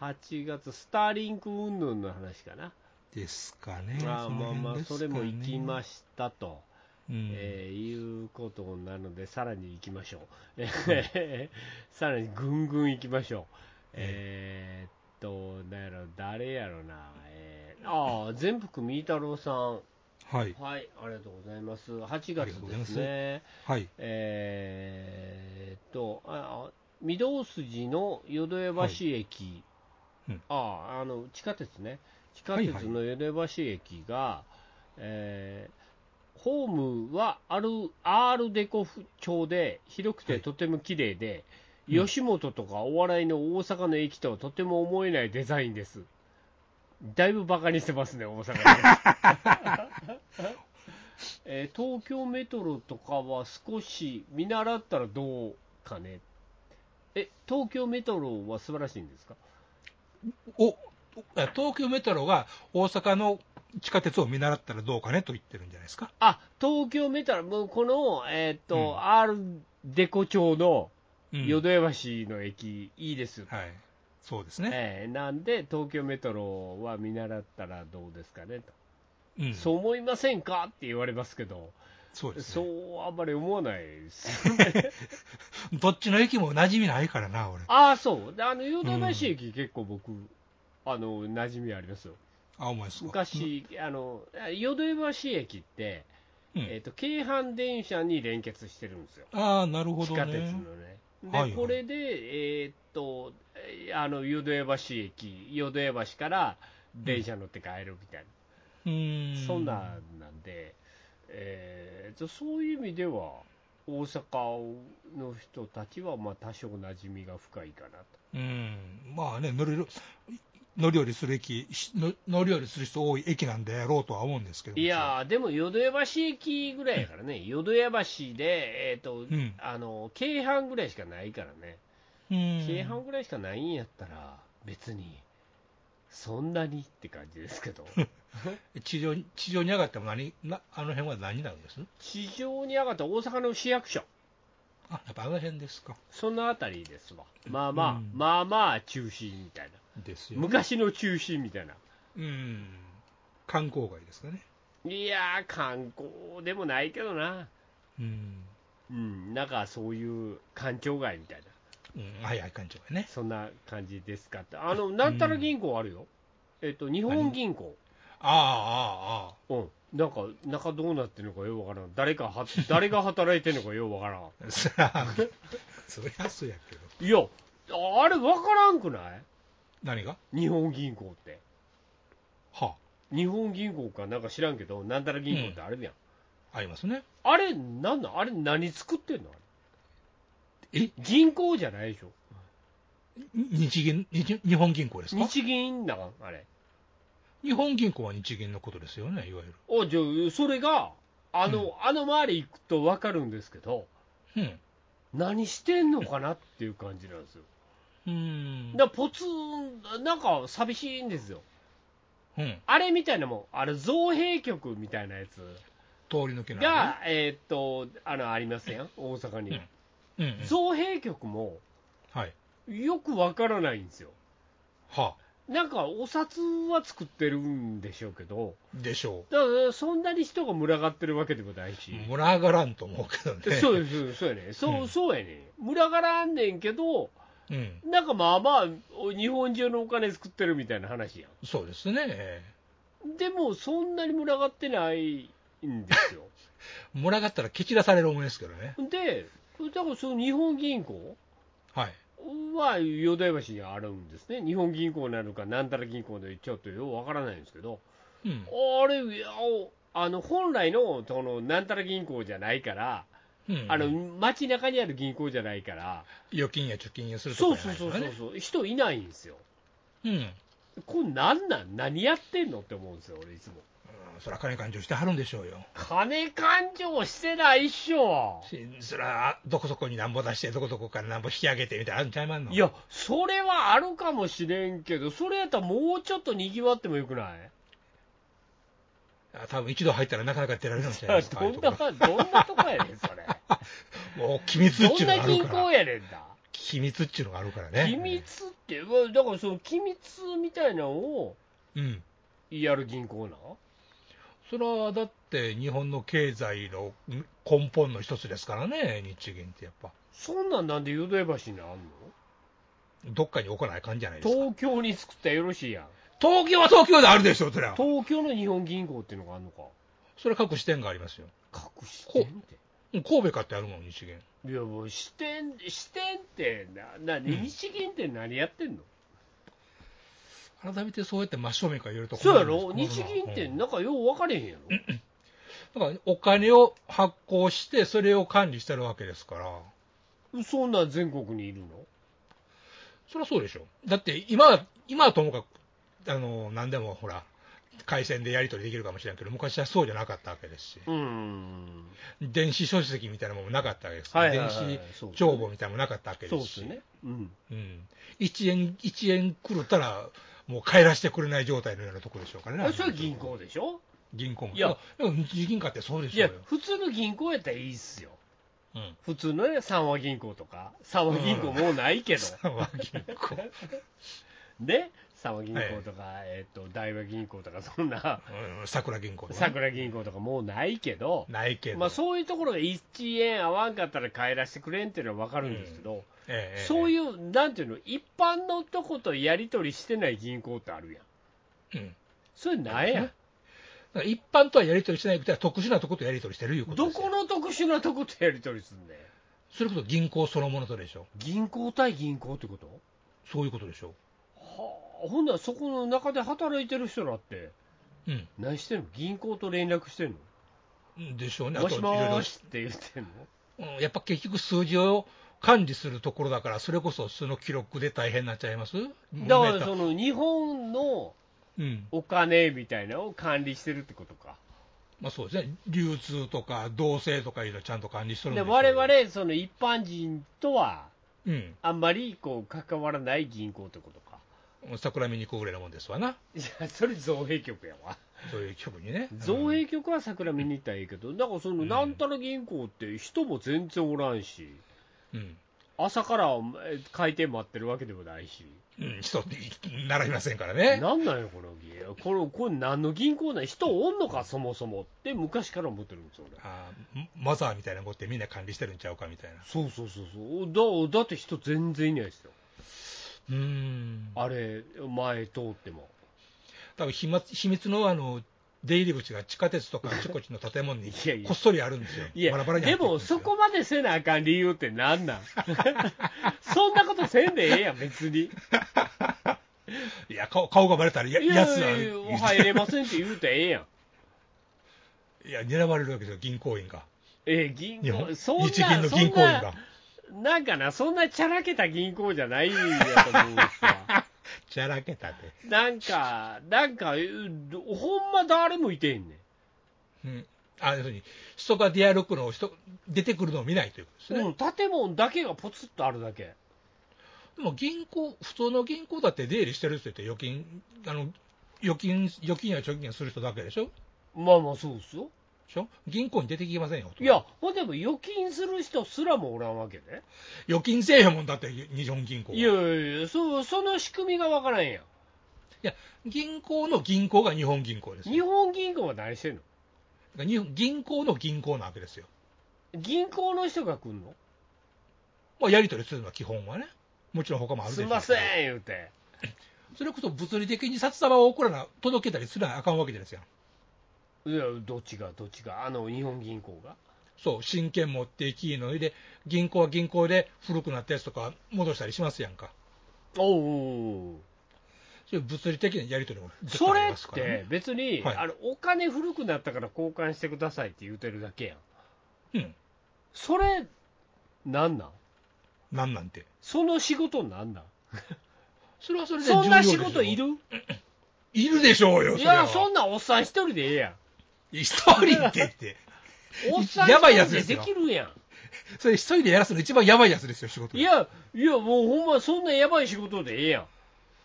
Speaker 2: 8月、スターリンク云々の話かな、
Speaker 3: ですかね。
Speaker 2: まあまあまあ、それも行きま
Speaker 3: し
Speaker 2: したと。
Speaker 3: た。うん
Speaker 2: えーいうことなので、さらに行きましょう。 (laughs) さらにぐんぐん行きましょう。えーっと、なんやろ、誰やろな。えーああ、全福みーたろうさん。
Speaker 3: はい。
Speaker 2: はい、ありがとうございます。8
Speaker 3: ありが
Speaker 2: 月
Speaker 3: とうござい
Speaker 2: で
Speaker 3: ますす
Speaker 2: ね。
Speaker 3: はい。
Speaker 2: えーっと、ああ御堂筋の淀江橋駅、
Speaker 3: はいうん
Speaker 2: あああの地下鉄ね、地下
Speaker 3: はい
Speaker 2: 鉄
Speaker 3: はい
Speaker 2: の淀江橋駅が、えーホームはあるアールデコ調で、広く
Speaker 3: は
Speaker 2: て
Speaker 3: い
Speaker 2: とても綺麗で、
Speaker 3: うん
Speaker 2: 吉本とかお笑いの大阪の駅とはとても思えないデザインです。だいぶバカにしてますね、大阪ね
Speaker 3: (laughs)
Speaker 2: えー東京メトロとかは少し見習ったらどうかね。え、東京メトロは素晴らしいんですか
Speaker 3: おあ東京メトロが大阪の地下鉄を見習ったらどうかねと言ってるんじゃないですか。
Speaker 2: あ、東京メトロ、もうこの、えーっと、
Speaker 3: うん
Speaker 2: R デコ町の
Speaker 3: うん
Speaker 2: 淀屋橋の駅、いいですよ。
Speaker 3: はい。そうですね。
Speaker 2: えーなんで、東京メトロは見習ったらどうですかねと、
Speaker 3: うん、
Speaker 2: そ
Speaker 3: そう
Speaker 2: う思いませんかって言われますけど、
Speaker 3: です
Speaker 2: そ
Speaker 3: ね。
Speaker 2: うあんまり思わないです
Speaker 3: (laughs)
Speaker 2: ね。
Speaker 3: どっちの駅も馴染みないからな、俺。
Speaker 2: ああ、そう。であの、淀橋駅、結構僕、あの、馴染みありますよ。
Speaker 3: あ、お前そう。
Speaker 2: 昔、あの、淀橋駅って、
Speaker 3: うん、
Speaker 2: えっ、と、京阪電車に連結してるんですよ。
Speaker 3: ああ、なるほ
Speaker 2: 地
Speaker 3: ど
Speaker 2: 下鉄
Speaker 3: ね。
Speaker 2: のね。で、
Speaker 3: はいはい
Speaker 2: これで、えーっと、えーあの、淀屋橋駅、淀屋橋から電車乗って帰るみたいな、
Speaker 3: そ
Speaker 2: そんな、んなんで、えーっと、そういう意味では、大阪の人たちは、まあ、多少馴染みが深いかなと。
Speaker 3: うん、まあね、乗り乗り降りする駅、し乗乗り降りする人多い駅なんでやろうとは思うんですけど、
Speaker 2: いやー、でも淀屋橋駅ぐらいやからね、淀屋橋で、えーっと
Speaker 3: ん
Speaker 2: あの京阪ぐらいしかないからね、
Speaker 3: うん、
Speaker 2: 京阪ぐらいしかないんやったら、別にそんなにって感じですけ
Speaker 3: (laughs)
Speaker 2: ど、
Speaker 3: 地上に地上に上がっても何な、あの辺は何になるんです
Speaker 2: 地上に上がった大阪の市役所、
Speaker 3: あやっぱあの辺ですか。
Speaker 2: そのあたりですわ、まあまあ、
Speaker 3: うん
Speaker 2: まあまあ中心みたいな、
Speaker 3: ですよ、
Speaker 2: 昔の中心みたいな、
Speaker 3: うん、観光街ですかね。
Speaker 2: いやー、観光でもないけどな、
Speaker 3: うん、
Speaker 2: うん、なんかそういう官庁街みたいな、
Speaker 3: うん、はいはい、官庁街ね。
Speaker 2: そんな感じですかって、あのなんたら銀行あるよ、えっと、日本銀行。
Speaker 3: ああ、ああ、あ
Speaker 2: うん、なんか中どうなってるのかようわからん誰かは誰が働いてるのかようわからん
Speaker 3: あ、そりゃ、 (laughs) そりゃそうやけど、
Speaker 2: いやああれわからんくない
Speaker 3: 何が
Speaker 2: 日本銀行って
Speaker 3: は
Speaker 2: 日本銀行かなんか知らんけどなんたら銀行ってあるやん、
Speaker 3: あ、ありますね。
Speaker 2: あれなんなんあれ何作ってんのあれ
Speaker 3: え
Speaker 2: 銀行じゃないでしょ
Speaker 3: に日銀日日本銀行ですか
Speaker 2: 日銀だかあれ
Speaker 3: 日本銀行は日銀のことですよね、いわゆ
Speaker 2: おじゃあそれがあの,、
Speaker 3: う
Speaker 2: あの周り行くとわかるんですけど
Speaker 3: る。うん
Speaker 2: 何してんのかなっていう感じなんですよ
Speaker 3: うん
Speaker 2: だからポツンなんか寂しいんですよ
Speaker 3: うん、
Speaker 2: あれみたいなもん、あれ造幣局みたいなやつ
Speaker 3: 通り抜けのあ
Speaker 2: が、えーっと、あの、ありますやん、大阪には。
Speaker 3: るね、うんうん、
Speaker 2: 造幣局も
Speaker 3: はい、
Speaker 2: よくわからないんですよ。
Speaker 3: は
Speaker 2: なんか、お札は作ってるんでしょうけど、
Speaker 3: あ、でしょ
Speaker 2: だからそんなに人が群がってるわけでもないし
Speaker 3: う、、もらがらんと思うけどね、
Speaker 2: そう
Speaker 3: う
Speaker 2: です、そうやね、そうう、
Speaker 3: ん
Speaker 2: そうやね、群がらんねんけど、
Speaker 3: うん、
Speaker 2: なんかまあまあ、お日本中のお金作ってるみたいな話や
Speaker 3: そうですね、え
Speaker 2: ん。でも、そんなに群がってないんです
Speaker 3: (laughs)
Speaker 2: よ。
Speaker 3: え群がったら蹴散らされる思いですけどね、
Speaker 2: で、だからその日本銀行
Speaker 3: はい、
Speaker 2: は淀屋橋にあるんですね。日本銀行なのか、なんたら銀行でちょっとようわからないんですけど、
Speaker 3: うん、
Speaker 2: あれ、いやあの本来のそのなんたら銀行じゃないから、
Speaker 3: うん、
Speaker 2: あの街中にある銀行じゃないから、
Speaker 3: 預金や貯金やすると
Speaker 2: そ
Speaker 3: か
Speaker 2: う
Speaker 3: じゃ
Speaker 2: そう
Speaker 3: ない
Speaker 2: そう
Speaker 3: か
Speaker 2: そう
Speaker 3: らね、
Speaker 2: そう、人いないんですよ。
Speaker 3: うん、
Speaker 2: これなんなん何やってんのって思うんですよ、俺いつも。
Speaker 3: そら金勘定してはるんでしょうよ、
Speaker 2: 金勘定してないっしょ。
Speaker 3: しそらどこそこになんぼ出して、どこどこからなんぼ引き上げてみたいな、あるんちゃいまんの
Speaker 2: いや、それはあるかもしれんけど、それやったらもうちょっとにぎわってもよくない
Speaker 3: あ多分一度入ったらなかなか出られないんじゃないですか、ああ
Speaker 2: (laughs)
Speaker 3: い
Speaker 2: ど
Speaker 3: うんと
Speaker 2: な
Speaker 3: こ
Speaker 2: か、どんなとこやねん、それ。
Speaker 3: (laughs) もう機密っちゅ
Speaker 2: ど
Speaker 3: うんの
Speaker 2: な
Speaker 3: がある
Speaker 2: 銀
Speaker 3: から
Speaker 2: 行、やねんだ。
Speaker 3: 機密っちゅうのがあるからね、
Speaker 2: 機密って、まあだからその機密みたいなのを
Speaker 3: うん、
Speaker 2: やる銀行なん
Speaker 3: それはだって日本の経済の根本の一つですからね、日銀ってやっぱ、
Speaker 2: そんなんなんで淀屋橋にあんの
Speaker 3: どっかに置かない感じじゃないですか。
Speaker 2: 東京に作ったらよろしいやん。
Speaker 3: 東京は東京であるでしょ、それは。
Speaker 2: 東京の日本銀行っていうのがあるのか。
Speaker 3: それは各支店がありますよ。
Speaker 2: 隠してんて。
Speaker 3: うん神戸かってあるもん、日銀。
Speaker 2: いやもう支店、支店ってな、な、
Speaker 3: ん
Speaker 2: 日銀って何やってんの、
Speaker 3: 改めてそうやって真正面から言えると
Speaker 2: そうや
Speaker 3: こ
Speaker 2: ろ
Speaker 3: んなの
Speaker 2: 日銀って
Speaker 3: うん
Speaker 2: なんかよう分かれへんやろ、
Speaker 3: だからお金を発行して、それを管理してるわけですから、
Speaker 2: そんなん全国にいるの
Speaker 3: そりゃそうでしょ。だって今は、今はともかく、あの、何でもほら、回線でやり取りできるかもしれないけど、昔はそうじゃなかったわけですし、
Speaker 2: うーん。
Speaker 3: 電子書籍みたいなものもなかったわけですから、
Speaker 2: はいはいはいそ
Speaker 3: 電
Speaker 2: うで
Speaker 3: 子
Speaker 2: すね
Speaker 3: 帳簿みたいなのもなかったわけ
Speaker 2: そう
Speaker 3: で
Speaker 2: です
Speaker 3: し、
Speaker 2: すね。うん。
Speaker 3: うん、1円、一円狂ったら、もう帰らせてくれない状態のようなとこでしょうからね。
Speaker 2: あそれ銀行でしょ
Speaker 3: 銀行も。
Speaker 2: い
Speaker 3: い
Speaker 2: や
Speaker 3: や、でも日銀かってそうで
Speaker 2: い
Speaker 3: しょ
Speaker 2: や
Speaker 3: うよ、。
Speaker 2: 普通の銀行やったらいいっすよ。
Speaker 3: うん。
Speaker 2: 普通のね、三和銀行とか。三和銀行もうないけど。
Speaker 3: 和銀行。
Speaker 2: ね、三和銀行とか、えっと、大和銀行とか、そんな、
Speaker 3: うん桜銀行とかね
Speaker 2: 桜銀行とかもうないけど、
Speaker 3: ないけど。
Speaker 2: まあ、そういうところが1円合わんかったら帰らせてくれんっていうのは分かるんですけど、
Speaker 3: ええ
Speaker 2: そういう、なんていうの、一般のとことやり取りしてない銀行ってあるやん。
Speaker 3: うん。
Speaker 2: それなんや、
Speaker 3: だから一般とはやり取りしてないくて、特殊なとことやり取りしてるいうこと
Speaker 2: ど
Speaker 3: です
Speaker 2: こ
Speaker 3: よ
Speaker 2: の特殊なとことやり取りすんねん。
Speaker 3: それこそ銀行そのものとでしょ。
Speaker 2: 銀行対銀行ってこと
Speaker 3: そういうことでしょ
Speaker 2: はあ、ほんならそこの中で働いてる人だって、
Speaker 3: う。う
Speaker 2: 何してんの銀行と連絡してん
Speaker 3: ん。でしょうね。
Speaker 2: の
Speaker 3: あと
Speaker 2: も
Speaker 3: いろ
Speaker 2: しも
Speaker 3: いろ
Speaker 2: ーしって言ってんの
Speaker 3: うんやっぱ結局数字を管理するところだから、それこそその記録で大変になっちゃいます
Speaker 2: だからその日本の
Speaker 3: うん。
Speaker 2: お金みたいなのを管理してるってことか。
Speaker 3: まあそうですね。流通とか、同性とかいうのちゃんと管理してるん
Speaker 2: で
Speaker 3: でしょう
Speaker 2: 我々その一般人とは
Speaker 3: うん。
Speaker 2: あんまりこう関わらない銀行ってことか。
Speaker 3: 桜見に行こうぐらいなもんですわな。
Speaker 2: いや、それ造幣局やわ。
Speaker 3: そういう局にね。
Speaker 2: 造幣局は桜見に行ったらいいけど、だからそのなんたら銀行って人も全然おらんし、
Speaker 3: うん。
Speaker 2: 朝からえ開店待ってるわけでもないし、
Speaker 3: うん。人、並びませんからね。
Speaker 2: なんなんよ、この銀行。これ、これ何の銀行なん人おんのか、そもそもって昔から思ってるんですよ、俺。
Speaker 3: あーマザーみたいな子ってみんな管理してるんちゃうかみたいな。
Speaker 2: そうそうそうそうだ。だって人全然いないですよ。
Speaker 3: うーん。
Speaker 2: あれ、前通っても。
Speaker 3: 多分秘密秘密のあの出入り口が地下鉄とかあちこちの建物に
Speaker 2: いやいや
Speaker 3: こっそりあるんですよ。
Speaker 2: いや、
Speaker 3: バラバラに入
Speaker 2: で
Speaker 3: ってるん
Speaker 2: も
Speaker 3: ですよ
Speaker 2: そこまでせなあかん理由ってなんなん (laughs) そんなことせんでええやん、別に。
Speaker 3: いや顔、顔がバレたらや
Speaker 2: いや
Speaker 3: やつ
Speaker 2: い
Speaker 3: は
Speaker 2: やいや、入れませんって言うたらええやん。
Speaker 3: いや、狙われるわけですよ、銀行員が。
Speaker 2: ええ、銀
Speaker 3: 日本
Speaker 2: 行、そんな、
Speaker 3: 日銀の銀行員が。
Speaker 2: そんな、なんかな、そんなちゃらけた銀行じゃないや
Speaker 3: (laughs)
Speaker 2: と思うんですわ
Speaker 3: じゃらけたで。
Speaker 2: なんか、なんか、うほんま誰もいてへんねん。
Speaker 3: うん。あ、要するに、人が出歩くのを人、出てくるのを見ないということです
Speaker 2: う
Speaker 3: ね。
Speaker 2: ん、建物だけがポツッとあるだけ。
Speaker 3: でも銀行、普通の銀行だって出入りしてる人って預金、あの、預金、預金や貯金やする人だけでしょ
Speaker 2: まあまあ、そうですよ。
Speaker 3: でしょ銀行に出てきませんよ。
Speaker 2: いや、ほんでも預金する人すらもおらんわけね。
Speaker 3: 預金せえへんもんだって、日本銀行はい
Speaker 2: やいやいや、そうその仕組みがわからんやん。
Speaker 3: いや、銀行の銀行が日本銀行です
Speaker 2: 日
Speaker 3: よ。
Speaker 2: 本銀行は何してんの
Speaker 3: だから日本銀行の銀行なわけですよ。
Speaker 2: 銀行の人が来んの
Speaker 3: まあ、やり取りするのは基本はね。もちろん他もあるでし
Speaker 2: す
Speaker 3: ょ
Speaker 2: ん
Speaker 3: う
Speaker 2: ません
Speaker 3: け
Speaker 2: 言うて。
Speaker 3: どそれこそ物理的に札束を送らな、届けたりすらあかんわけですよ。
Speaker 2: いや、どっちが、どっちが、あの、日本銀行が。
Speaker 3: そう、真剣持っていきので、銀行は銀行で古くなったやつとか戻したりしますやんか。
Speaker 2: おうおうおう
Speaker 3: そういう物理的なやり取りも絶対
Speaker 2: そ
Speaker 3: あり
Speaker 2: れっ
Speaker 3: ますからね
Speaker 2: て別に、
Speaker 3: はい
Speaker 2: あのお金古くなったから交換してくださいって言うてるだけやん
Speaker 3: うん、
Speaker 2: それなんなん
Speaker 3: なんなんて。
Speaker 2: その仕事なんなん
Speaker 3: (laughs) それはそれで重要
Speaker 2: そんな仕事
Speaker 3: でしょ
Speaker 2: いる
Speaker 3: いるでしょうよ、
Speaker 2: い
Speaker 3: それは
Speaker 2: やそんなんおっさん一人でええやん
Speaker 3: 一人でって。
Speaker 2: おっさん
Speaker 3: やばい
Speaker 2: 一
Speaker 3: や
Speaker 2: 人
Speaker 3: つ
Speaker 2: で
Speaker 3: です
Speaker 2: で
Speaker 3: よ
Speaker 2: きるやん
Speaker 3: それ一人でやらすの一番やばいやつですよ、仕事。
Speaker 2: い、や、いや、もうほんま、そんなやばい仕事でええや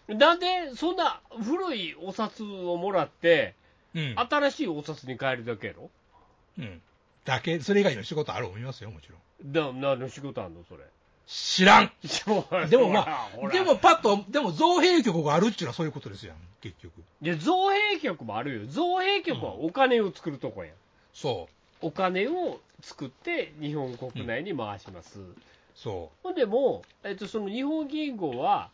Speaker 2: ん。なんで、そんな古いお札をもらって、
Speaker 3: うん。
Speaker 2: 新しいお札に変えるだけやろ
Speaker 3: うん。だけ、それ以外の仕事ある思いますよ、もちろん。
Speaker 2: だ、何の仕事あんの、 (laughs) それ。
Speaker 3: 知らんでもまあ
Speaker 2: ほ、ら
Speaker 3: で、
Speaker 2: ほ
Speaker 3: も
Speaker 2: ら
Speaker 3: パッと、でも造幣局があるっていうのはそういうことですやん、結局。
Speaker 2: いや造幣局もあるよ。造幣局はお金を作るとこやん。
Speaker 3: そう、
Speaker 2: お金を作って、日本国内に回します。
Speaker 3: そ
Speaker 2: ほんでもう、えっと、その日本銀行は、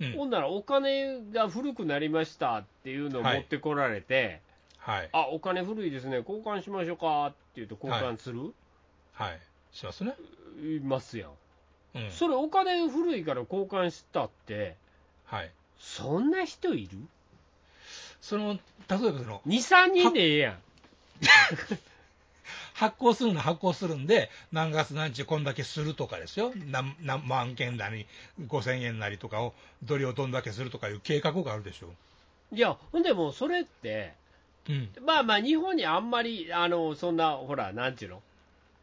Speaker 3: う。うん
Speaker 2: ほんならお金が古くなりましたっていうのを持ってこられて、
Speaker 3: はい。
Speaker 2: あお金古いですね、交換しましょうかって言うと、交換する、
Speaker 3: はい。しますね。
Speaker 2: い、ますやん、
Speaker 3: うん。
Speaker 2: それ、お金古いから交換したって、
Speaker 3: はい。
Speaker 2: そんな人いる
Speaker 3: その、例えばその、
Speaker 2: ?2、3人でええやん、
Speaker 3: 発行するのは発行するんで、何月何日こんだけするとかですよ。何何万件なり、5000円なりとかを、どれをどんだけするとかいう計画があるでしょ
Speaker 2: いや、ほんでもうそれって、
Speaker 3: う。うん。
Speaker 2: まあまあ、日本にあんまり、あのそんな、ほら、なんちゅうの、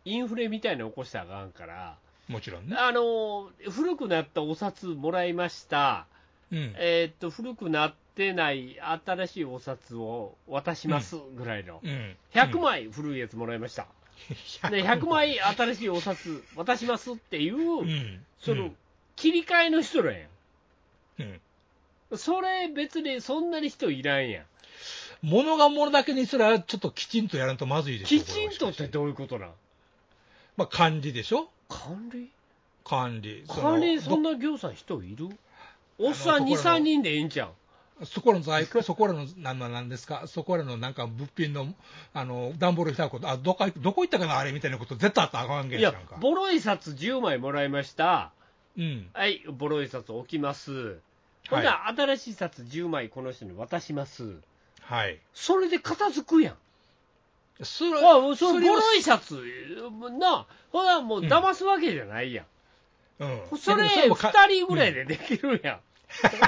Speaker 2: インフレみたいなの起こしたらあかんから、
Speaker 3: もちろんね。
Speaker 2: あの古くなったお札もらいました、
Speaker 3: うん。
Speaker 2: えーっと、古くなってない新しいお札を渡しますぐらいの。
Speaker 3: うん。
Speaker 2: 100枚古いやつもらいました、で100枚新しいお札渡しますっていう、
Speaker 3: うん、
Speaker 2: その切り替えの人らや
Speaker 3: うん、うん
Speaker 2: ん、それ別にそんなに人いらんやん、
Speaker 3: 物が物だけにすらちょっときちんとやらんとまずいでしょ
Speaker 2: きちんとって
Speaker 3: これはしかし
Speaker 2: どういうことなん
Speaker 3: まあ、管理でしょ
Speaker 2: 管理
Speaker 3: 管理その
Speaker 2: 管理そん
Speaker 3: ど
Speaker 2: な行さん人いるおっさ
Speaker 3: あ
Speaker 2: ん
Speaker 3: の
Speaker 2: 2、
Speaker 3: ところの
Speaker 2: 3人でええんちゃん
Speaker 3: そこらの在庫そこらのなんなんなんですかそこらのなんか物品のあの段ボールしたことあどこどこ行ったかなあれみたいなこと絶対あったらあかん
Speaker 2: い
Speaker 3: げんじゃ
Speaker 2: や
Speaker 3: んか、
Speaker 2: ボロい札10枚もらいました、
Speaker 3: うん
Speaker 2: はい、ボロい札置きます、ほ
Speaker 3: は
Speaker 2: ん
Speaker 3: い
Speaker 2: なら新しい札10枚この人に渡します、
Speaker 3: はい
Speaker 2: それで片付くやん。
Speaker 3: それ
Speaker 2: あそ
Speaker 3: そ
Speaker 2: の
Speaker 3: れ
Speaker 2: ボ
Speaker 3: を
Speaker 2: ロいシャツなほらもう騙すわけじゃないやん、
Speaker 3: うん
Speaker 2: それ
Speaker 3: だけどもか
Speaker 2: 2人ぐらいでできるやん、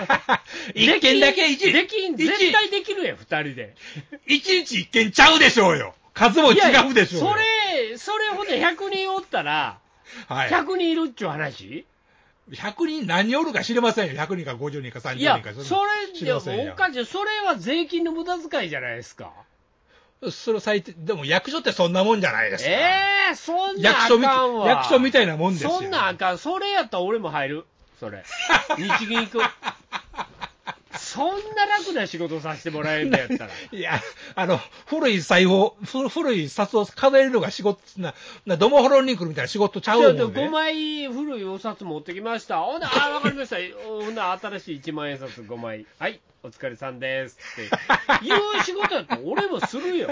Speaker 3: (laughs) 一件だけ一
Speaker 2: できん
Speaker 3: 一
Speaker 2: 絶対できるやん2人で
Speaker 3: 一日一件ちゃうでしょうよ数も違うでしょうよ
Speaker 2: それそれほんで100人おったら
Speaker 3: はい、
Speaker 2: 100人いるっちゅう話、
Speaker 3: 100人何人おるか知れませんよ、100人か50人か
Speaker 2: い、
Speaker 3: 30人
Speaker 2: や
Speaker 3: か、
Speaker 2: それ
Speaker 3: 知
Speaker 2: で
Speaker 3: り
Speaker 2: も
Speaker 3: ません
Speaker 2: お
Speaker 3: よ
Speaker 2: かしいそれは税金の無駄遣いじゃないですか
Speaker 3: それ最低、でも役所ってそんなもんじゃないですか、
Speaker 2: ええそんな
Speaker 3: 役
Speaker 2: あ
Speaker 3: 所み
Speaker 2: かんわ
Speaker 3: 役所みたいなもんですよ、
Speaker 2: そんなんあかん、それやったら俺も入る、そ
Speaker 3: (laughs)
Speaker 2: れ、日銀行く、そんな楽な仕事させてもらえるんだやったら、
Speaker 3: (laughs) いや、あの古い財布を、ふ古い札を飾れるのが仕事な、なドモホロニクルみたいな仕事ちゃ
Speaker 2: ちょ
Speaker 3: う
Speaker 2: っと
Speaker 3: もん
Speaker 2: 5
Speaker 3: ね。
Speaker 2: 枚古いお札持ってきました、ほな、あ分かりました、ほな、新しい1万円札5枚、はい、お疲れさんです
Speaker 3: (laughs)
Speaker 2: っていう仕事やったら俺もするよ、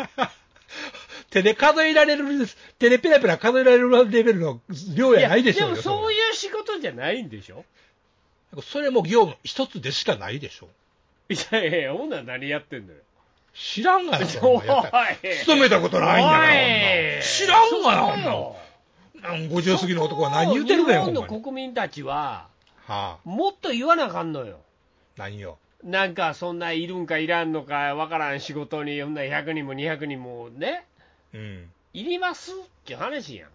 Speaker 3: 手で数えられる、手でペラペラ数えられるレベルの量やないでしょうよ。
Speaker 2: もそう
Speaker 3: れ
Speaker 2: いう仕事じゃないんでしょ、
Speaker 3: はそれも業務一つでしかないでしょ。
Speaker 2: いやいやいや、ほんなら何やってんのよ。
Speaker 3: 知らんがな、そ
Speaker 2: (laughs)
Speaker 3: ん
Speaker 2: お
Speaker 3: なやった
Speaker 2: い
Speaker 3: 勤めたことないんやから
Speaker 2: おい
Speaker 3: 知らんがな
Speaker 2: そうよ
Speaker 3: な、うん50過ぎの男は何言うてるのよ、ほ
Speaker 2: 日
Speaker 3: んま
Speaker 2: 本
Speaker 3: に
Speaker 2: の国民たちは、
Speaker 3: はあ、
Speaker 2: もっと言わなあかんのよ。
Speaker 3: 何よ。
Speaker 2: なんかそんないるんかいらんのかわからん仕事に、そんな100人も200人もね、
Speaker 3: うん。
Speaker 2: いりますっていう話やん。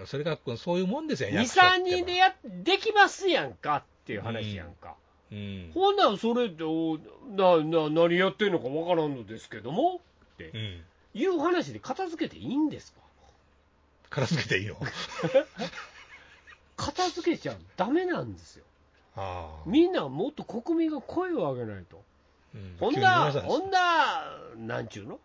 Speaker 3: うんそれがそういうもんですよ、
Speaker 2: 2、
Speaker 3: 役所って
Speaker 2: 3人でやできますやんかっていう話やんか。
Speaker 3: うん
Speaker 2: ほんならそれで、おな、な、何やってんのかわからんのですけども、
Speaker 3: うん
Speaker 2: いう話で片付けていいんですか
Speaker 3: 片付けていいよ。
Speaker 2: 片付けちゃダメなんですよ。
Speaker 3: ああ
Speaker 2: みんなもっと国民が声を上げないと。
Speaker 3: うん
Speaker 2: ほん
Speaker 3: 急に言わ
Speaker 2: な、
Speaker 3: さないです
Speaker 2: ほんな、なんちゅうの、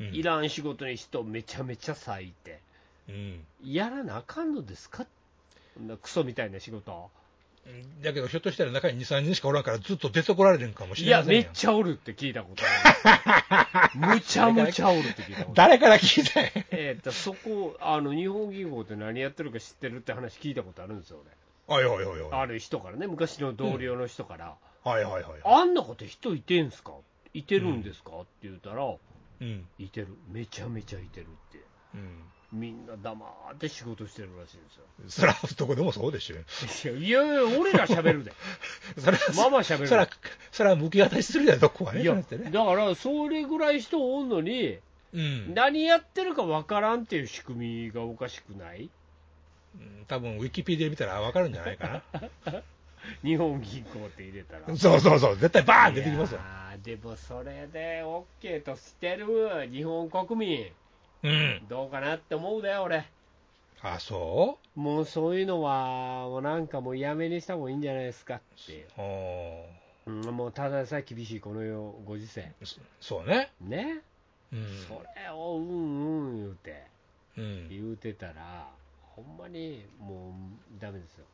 Speaker 3: うん
Speaker 2: いらん仕事に人めちゃめちゃ割いて、
Speaker 3: うん
Speaker 2: やらなあかんのですか、こんなクソみたいな仕事、
Speaker 3: うんだけど、ひょっとしたら中に2、3人しかおらんから、ずっと出てこられるんかもし
Speaker 2: い
Speaker 3: れ
Speaker 2: や、
Speaker 3: ません
Speaker 2: め
Speaker 3: やん
Speaker 2: っちゃおるって聞いたことあ
Speaker 3: (laughs)
Speaker 2: る。むちゃむちゃおるって聞いたことある。
Speaker 3: 誰から聞いたんや
Speaker 2: えーっと、そこ、あの、日本銀行って何やってるか知ってるって話聞いたことあるんですよ、
Speaker 3: はいはいはいはい。
Speaker 2: 俺。ある人からね、昔の同僚の人から、
Speaker 3: はいはいはい。
Speaker 2: あんなこと人いてんすかいてるんですか、って言ったら、
Speaker 3: うん。
Speaker 2: いてる。めちゃめちゃいてるって。
Speaker 3: うん。
Speaker 2: みんな黙って仕事してるらしいんですよ。
Speaker 3: そら、どこでもそう
Speaker 2: (laughs)
Speaker 3: でしょ。
Speaker 2: いやいやいや、俺ら喋
Speaker 3: (laughs)
Speaker 2: るで。
Speaker 3: そら、
Speaker 2: ママ喋る
Speaker 3: そら、そら、向き渡しするやん、どこはね。
Speaker 2: いや、
Speaker 3: だってね
Speaker 2: だから、それぐらい人おんのに、
Speaker 3: うん。
Speaker 2: 何やってるかわからんっていう仕組みがおかしくない
Speaker 3: うん多分ウィキペディア見たら分かるんじゃないか
Speaker 2: (laughs) 日本銀行って入れたら。
Speaker 3: な。 (laughs) そうそうそう、絶対バーン出てきますよ
Speaker 2: い。やーでもそれで OK としてる日本国民、
Speaker 3: うん。
Speaker 2: どうかなって思うだよ、俺。
Speaker 3: あ、そ
Speaker 2: もうそういうのは、もうなんかもうやめにした方がいいんじゃないですかって。
Speaker 3: うお
Speaker 2: うん、もうただでさえ厳しいこの世ご時世。
Speaker 3: ーそそうね。
Speaker 2: ね、
Speaker 3: うん。
Speaker 2: それをうんうん言うて、
Speaker 3: うん。
Speaker 2: 言うてたら、ほんまにもうダメですよ。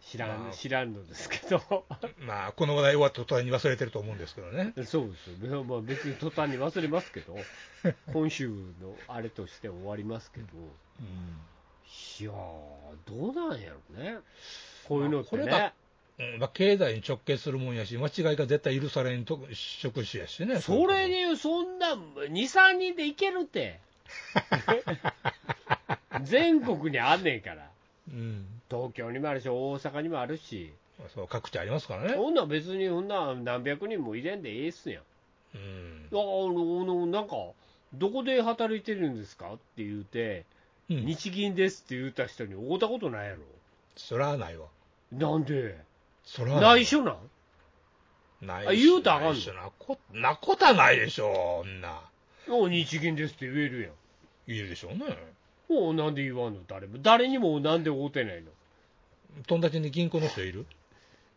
Speaker 2: 知ら
Speaker 3: ま
Speaker 2: ん
Speaker 3: あ
Speaker 2: 知らんのですけど。
Speaker 3: まあ、この話題終わった途端に忘れてると思うんですけどね。
Speaker 2: そうですよいや、まあ、別に途端に忘れます
Speaker 3: (laughs)
Speaker 2: けど、今週のあれとして終わりますけど、
Speaker 3: う
Speaker 2: いやー、どうなんやろね、こういうのって
Speaker 3: まあ
Speaker 2: ね、
Speaker 3: ん。まあ、経済に直結するもんやし、間違いが絶対許されんと職種やしね。
Speaker 2: それにそんな2、3人でいける
Speaker 3: (laughs)
Speaker 2: って、全国にあんねんから、
Speaker 3: うん。
Speaker 2: 東京にもあるし、大阪にもあるし、
Speaker 3: そう、各地ありますからね。
Speaker 2: そんなん別にそんな何百人も入れんでええっすやん。
Speaker 3: うん
Speaker 2: あ。のあのなんかどこで働いてるんですかって言うて、
Speaker 3: うん
Speaker 2: 日銀ですって言った人に会うたことないやろ。
Speaker 3: そらないわ。
Speaker 2: なんで
Speaker 3: そら
Speaker 2: 内緒なん
Speaker 3: ない
Speaker 2: あ言うたらあかんの
Speaker 3: 内緒なこ、なことはないでしょ、そんな。
Speaker 2: おう日銀ですって言えるやん。
Speaker 3: いるでしょうね。
Speaker 2: おうなんで言わんの誰も。誰にもなんで会うてないの
Speaker 3: 友達に銀行の人いる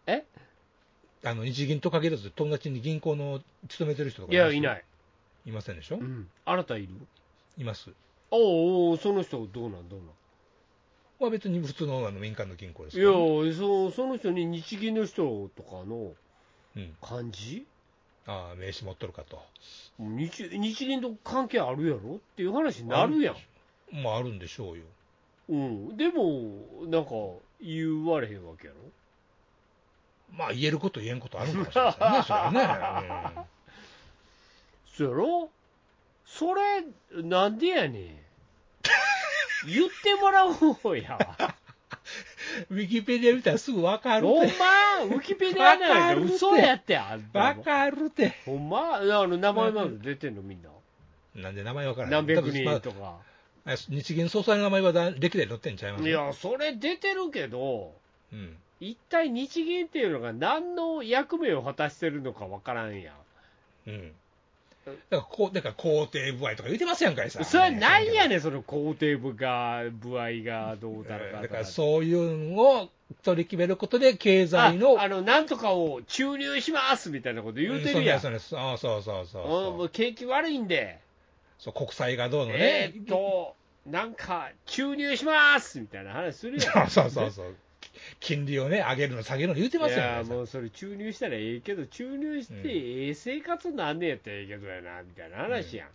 Speaker 2: え
Speaker 3: あの日銀と限らず、友達に銀行の勤めてる人とか
Speaker 2: いや、いないい。
Speaker 3: いませんでしょ、
Speaker 2: うん。あなたいる
Speaker 3: います、
Speaker 2: おうおうその人どうなんどうな
Speaker 3: まあ、別に普通のあの民間の銀行ですからね
Speaker 2: んいやそ、その人に日銀の人とかの
Speaker 3: うん、
Speaker 2: 感じ
Speaker 3: ああ名刺持っとるかと、
Speaker 2: 日日銀と関係あるやろっていう話になるやん。
Speaker 3: まあ、あるんでしょうよ、
Speaker 2: うん、でも、なんか、言われへんわけやろ
Speaker 3: まあ、言えること言えんことあるんかもしれませ
Speaker 2: (laughs)
Speaker 3: んね、それはね、
Speaker 2: そやろそれ、なんで
Speaker 3: (laughs)
Speaker 2: やねん。言ってもらおうや。
Speaker 3: うんウィキペディア見たらすぐ分かる
Speaker 2: ほんま
Speaker 3: て、、
Speaker 2: ウィキペディアなんか
Speaker 3: わかるって
Speaker 2: 嘘やって、あんた
Speaker 3: 分
Speaker 2: も。
Speaker 3: かるて、
Speaker 2: ほんまあの、名前まで出てんの、みんな。
Speaker 3: なんで名前分からない
Speaker 2: 何百人
Speaker 3: 多
Speaker 2: と
Speaker 3: 分
Speaker 2: か。
Speaker 3: まあ日銀総裁の名前はだ歴代載ってんちゃいます
Speaker 2: いや、それ出てるけど、
Speaker 3: うん、
Speaker 2: 一体日銀っていうのが何の役目を果たしてるのかわからんやん。
Speaker 3: うん。だから、こう、だから、肯定具合とか言ってますやんかいさ。
Speaker 2: それはなんやねん、その肯定部が、部合がどうだろうか
Speaker 3: だ
Speaker 2: と
Speaker 3: か、。
Speaker 2: から
Speaker 3: そういうのを取り決めることで、経済の。
Speaker 2: ああのなんとかを注入しますみたいなこと言うてるやん、
Speaker 3: そうんですそうですそうそうそう
Speaker 2: うんも
Speaker 3: そう
Speaker 2: う景気悪いんで、
Speaker 3: そう。国債がどうのね
Speaker 2: え。ーっと、なんか注入しますみたいな話する
Speaker 3: (laughs)
Speaker 2: やん、
Speaker 3: そうそうそうそう。金利をね、上げるの、下げるの言ってま
Speaker 2: い
Speaker 3: すや
Speaker 2: や
Speaker 3: んかい
Speaker 2: もうそれ注入したらええけど、注入してええ生活になんねやったらええけどやなみたいな話やん、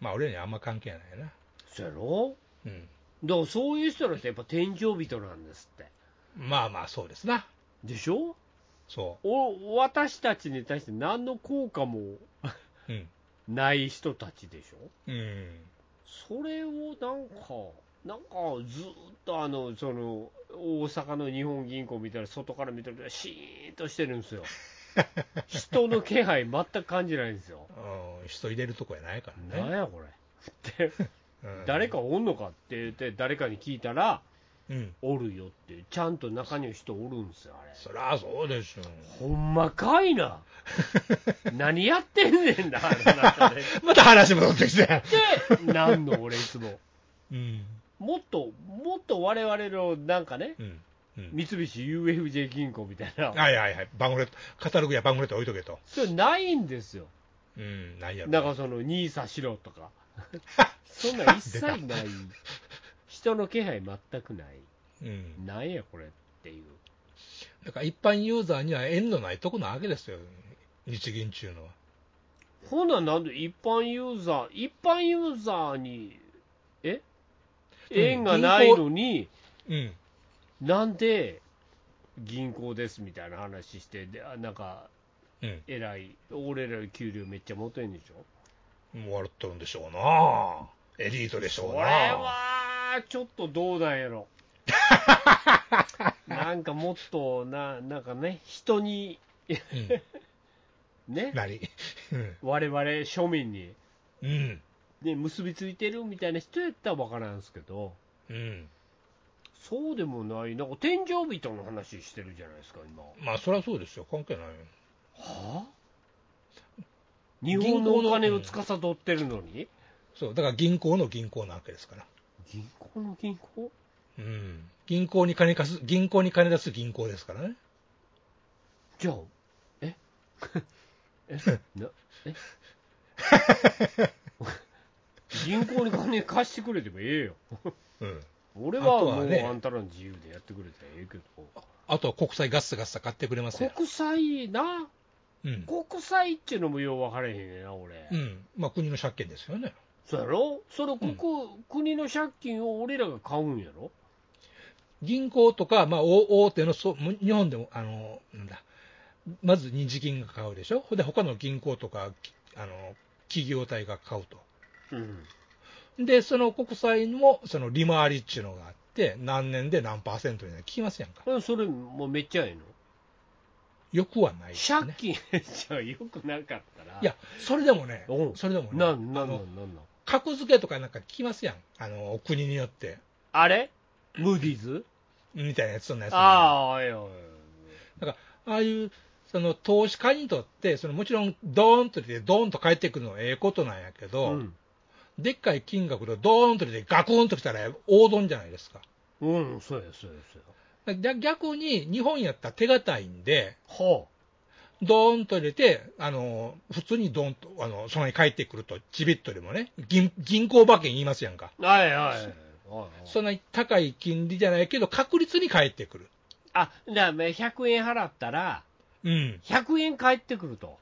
Speaker 3: まあ、俺らにあんま関係ないよな。
Speaker 2: そやろ、
Speaker 3: うん。
Speaker 2: だからそういう人らってやっぱ天井人なんですって、
Speaker 3: まあまあ、そうですな。
Speaker 2: でしょ
Speaker 3: そ
Speaker 2: お私たちに対して何の効果も
Speaker 3: う。うん。
Speaker 2: (laughs) ない人たちでしょ。
Speaker 3: うん。
Speaker 2: それをなんか、なんかずーっとあのその大阪の日本銀行見たら、外から見たら、シーンとしてるんです
Speaker 3: (laughs)
Speaker 2: よ、人の気配、全く感じないんですよ、
Speaker 3: うん人入れるとこやないから
Speaker 2: なん
Speaker 3: ね。
Speaker 2: やこれって、
Speaker 3: うん
Speaker 2: 誰かおんのかって言って、誰かに聞いたら、
Speaker 3: うん。
Speaker 2: おるよって、ちゃんと中には人おるんですよ、あれ、
Speaker 3: そりゃそう (laughs) でしょ。
Speaker 2: ほんまかい
Speaker 3: (laughs)
Speaker 2: な、何やってんねんな、あの中で。
Speaker 3: また話戻ってきて。
Speaker 2: で、なんの、俺、いつも。
Speaker 3: うん。
Speaker 2: もっと、もっと我々のなんかね、
Speaker 3: うん。うん
Speaker 2: 三菱 UFJ 銀行みたいな、
Speaker 3: はいはいはい、バンフレット、カタログやバンフレット置いとけと。
Speaker 2: それないんですよ、
Speaker 3: うん、ないやろ。
Speaker 2: だからその NISA しろとか、そんなん一切ない、人の気配全くない、
Speaker 3: うん、
Speaker 2: なんやこれっていう、
Speaker 3: だから一般ユーザーには縁のないとこなわけですよ、日銀中のは。
Speaker 2: ほな、なんで一般ユーザー、一般ユーザーに、え
Speaker 3: うん
Speaker 2: 縁がないのに、
Speaker 3: うん。
Speaker 2: なんで銀行ですみたいな話して、であなんか、
Speaker 3: うん。
Speaker 2: 偉い、俺らの給料めっちゃ持てんでしょ。
Speaker 3: 笑っとるんでしょうなエリートでしょう
Speaker 2: これ
Speaker 3: な
Speaker 2: はちょっとどうなんや (laughs) ろなんかもっとななんかね人に
Speaker 3: うん。
Speaker 2: ね
Speaker 3: 何うん
Speaker 2: 我々庶民に、
Speaker 3: うん。
Speaker 2: ね、結びついてるみたいな人やったらわからんすけど
Speaker 3: うん。
Speaker 2: そうでもないなんか天井人の話してるじゃないですか今
Speaker 3: まあ、そりゃそうですよ。関係ないよ。
Speaker 2: はあ日本のお金を司ってるのに
Speaker 3: そう。だから銀行の銀行なわけですから。
Speaker 2: 銀行の銀行
Speaker 3: うん。銀行に金貸す、銀行に金出す銀行ですからね。
Speaker 2: じゃあええ
Speaker 3: (laughs)
Speaker 2: なえ銀行に金貸してくれてもええよ
Speaker 3: うん。
Speaker 2: 俺は
Speaker 3: あと
Speaker 2: も
Speaker 3: は
Speaker 2: う
Speaker 3: ね
Speaker 2: あんたらの自由でやってくれたらええけど
Speaker 3: あとは国債ガッサガッサ買ってくれますよ。
Speaker 2: 国債な
Speaker 3: うん。
Speaker 2: 国債っていうのもよう分からへんねんな俺、
Speaker 3: うん。まあ、国の借金ですよね。
Speaker 2: そうやろその国,、国の借金を俺らが買うんやろ
Speaker 3: 銀行とか、まあ、大大手のそう、む日本でも、あの、なんだ、まず日銀が買うでしょ。ほんで、他の銀行とか、きあの、企業体が買うと。
Speaker 2: うん
Speaker 3: で、その国債も、その利回りっていうのがあって、何年で何パーセントになる聞きますやんか。
Speaker 2: うんそれもうめっちゃええの
Speaker 3: よくはないです
Speaker 2: 借
Speaker 3: ね。
Speaker 2: 金 (laughs) じゃよくなかったら
Speaker 3: いや、それでもね
Speaker 2: おう、
Speaker 3: それでもね、
Speaker 2: なんな
Speaker 3: あ
Speaker 2: んなんな
Speaker 3: の
Speaker 2: んなん
Speaker 3: 格付けとかなんか聞きますやん。あの、国によって、
Speaker 2: あれムーディーズ
Speaker 3: みたいなやつ、そんなやつ。
Speaker 2: ああ、おいおいおい
Speaker 3: ああいうその投資家にとって、そのもちろんドーンと出て、ドーンと返ってくるのはええことなんやけど、
Speaker 2: うん
Speaker 3: でっかい金額でドーンと出て、ガクンときたら王道じゃないですか。
Speaker 2: うん、そうや、そうや、そう
Speaker 3: だから逆に日本やったら手堅いんで、
Speaker 2: や。は
Speaker 3: ドーンと入れて、あの普通にドーンとあの、そのに返ってくると、ちびっとでもね、銀銀行馬券言いますやんか、
Speaker 2: あ。はいはいはい。
Speaker 3: そんなに高い金利じゃないけど、確率に返ってくる、
Speaker 2: あ、だからまあ100円払ったら、
Speaker 3: うん、
Speaker 2: 100円返ってくると。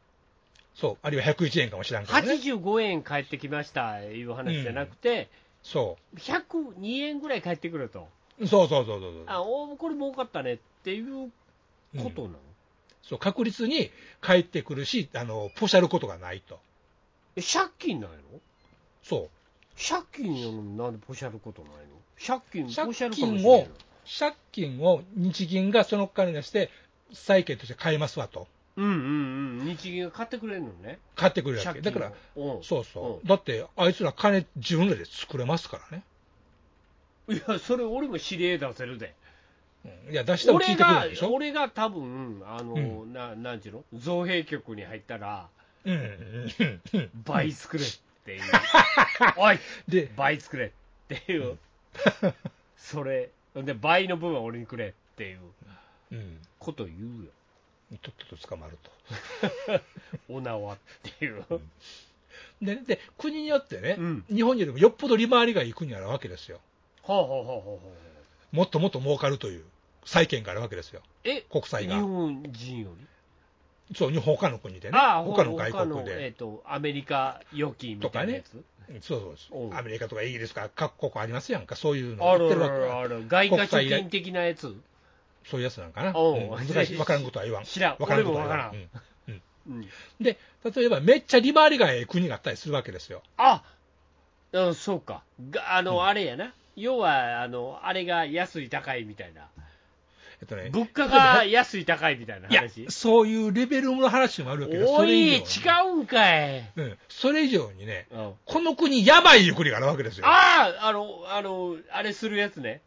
Speaker 3: そう、あるいは101円かもしれんからね、
Speaker 2: 85円返ってきました、いう話じゃなくて、
Speaker 3: そ
Speaker 2: 102円ぐらい返ってくると。
Speaker 3: う、そうそうそうそうそう
Speaker 2: あ、おこれ儲かったねっていうことなの、
Speaker 3: そう、確率に返ってくるし、あの、ポシャることがないと。
Speaker 2: え借金ないの
Speaker 3: そう。
Speaker 2: 借金なのになんでポシャることないの借金、ポシャ
Speaker 3: 借
Speaker 2: るかもしれ
Speaker 3: 金
Speaker 2: な
Speaker 3: を
Speaker 2: いの、
Speaker 3: 借金を日銀がその金出して、債券として買いますわと。
Speaker 2: うんうんうん、日銀が買ってくれるのね。
Speaker 3: 買ってくるわけ。
Speaker 2: 借金
Speaker 3: だから、
Speaker 2: を、うん
Speaker 3: そうそう。
Speaker 2: ん
Speaker 3: だって、あいつら金自分らで作れますからね。
Speaker 2: いや、それ俺も指令出せるで。
Speaker 3: うんいや、出しても聞
Speaker 2: 俺
Speaker 3: いてく
Speaker 2: が
Speaker 3: るんでし、ょ
Speaker 2: 俺が多分、あの、
Speaker 3: う
Speaker 2: な、なんちゅうの造幣局に入ったら、
Speaker 3: うんうんうんうん
Speaker 2: 倍作れっていう。
Speaker 3: (laughs)
Speaker 2: おい
Speaker 3: で、
Speaker 2: 倍作れっていう。 (laughs) それ、で、倍の分は俺にくれっていう
Speaker 3: うん。
Speaker 2: ことを言うよ。
Speaker 3: とっとと捕まると。
Speaker 2: お縄っていう。
Speaker 3: で、で国によってね、
Speaker 2: うん
Speaker 3: 日本よりもよっぽど利回りがいくにあるわけですよ。
Speaker 2: ほうほうほうほうほう。
Speaker 3: もっともっと儲かるという債券があるわけですよ。
Speaker 2: え
Speaker 3: 国債が
Speaker 2: 日本人より
Speaker 3: そう、日本他の国でね、
Speaker 2: ああ、ほ
Speaker 3: 他の外
Speaker 2: 他
Speaker 3: 国
Speaker 2: の、え
Speaker 3: で
Speaker 2: っ、、と、アメリカ預金みたいなやつ。
Speaker 3: そうそうそ
Speaker 2: うん
Speaker 3: うアメリカとかイギリスとか各国ありますやんか、そういうの
Speaker 2: あ
Speaker 3: 売っ
Speaker 2: る
Speaker 3: てるわ
Speaker 2: あ
Speaker 3: け
Speaker 2: るある、外貨貯金的なやつ。
Speaker 3: そういうやつなんかな、
Speaker 2: おう
Speaker 3: うん難しい、分からんことは言わん、
Speaker 2: 知らん
Speaker 3: わからんことは
Speaker 2: 俺も
Speaker 3: 言
Speaker 2: わ
Speaker 3: わん、うん
Speaker 2: うん
Speaker 3: うんで、例えばめっちゃ利回りがええ国があったりするわけですよ、
Speaker 2: あうん、そうか。があの、あれやな。要は、あの、あれが安い高いみたいな。
Speaker 3: えっとね、
Speaker 2: 物価が安い高いみたいない
Speaker 3: や
Speaker 2: 話。、
Speaker 3: そういうレベルの話もあるわけです、
Speaker 2: お
Speaker 3: それ
Speaker 2: い、
Speaker 3: 以
Speaker 2: 違
Speaker 3: 上
Speaker 2: うんかい。
Speaker 3: に、うん、それ以上にね、
Speaker 2: うん
Speaker 3: この国、やばいいう国があるわけですよ、
Speaker 2: ああ、あの、あの、あれするやつね。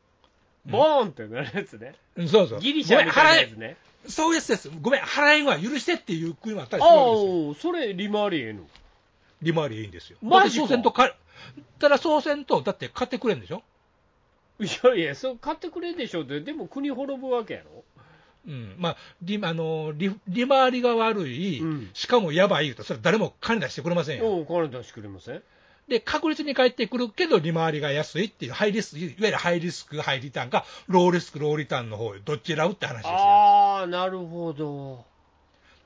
Speaker 2: ボーンってなるやつね。
Speaker 3: うんそうそう、
Speaker 2: ギリシャみたいなやつ
Speaker 3: ごめん払
Speaker 2: ね。
Speaker 3: えそういうやつです、ごめん、払えんわ、許してっていう国もあったり
Speaker 2: あ
Speaker 3: するわけですよ。
Speaker 2: あ、それ、利回りええの。
Speaker 3: 利回りいいんですよ。
Speaker 2: マジか
Speaker 3: だってそうせんとか、ただそうせんと、だって買ってくれんでしょ
Speaker 2: いやいや、そう買ってくれんでしょって、でも国滅ぶわけやろ。
Speaker 3: うん。まあ、利、あの、利、利回りが悪い、
Speaker 2: うん
Speaker 3: しかもやばい言うと、それ誰も金出してくれませんよ。
Speaker 2: おお金出してくれません
Speaker 3: で、確率に返ってくるけど、利回りが安いっていう、ハイリスク、いわゆるハイリスク、ハイリターンか、ローリスク、ローリターンの方、どっち選ぶって話ですよ。
Speaker 2: ああ、あ、なるほど。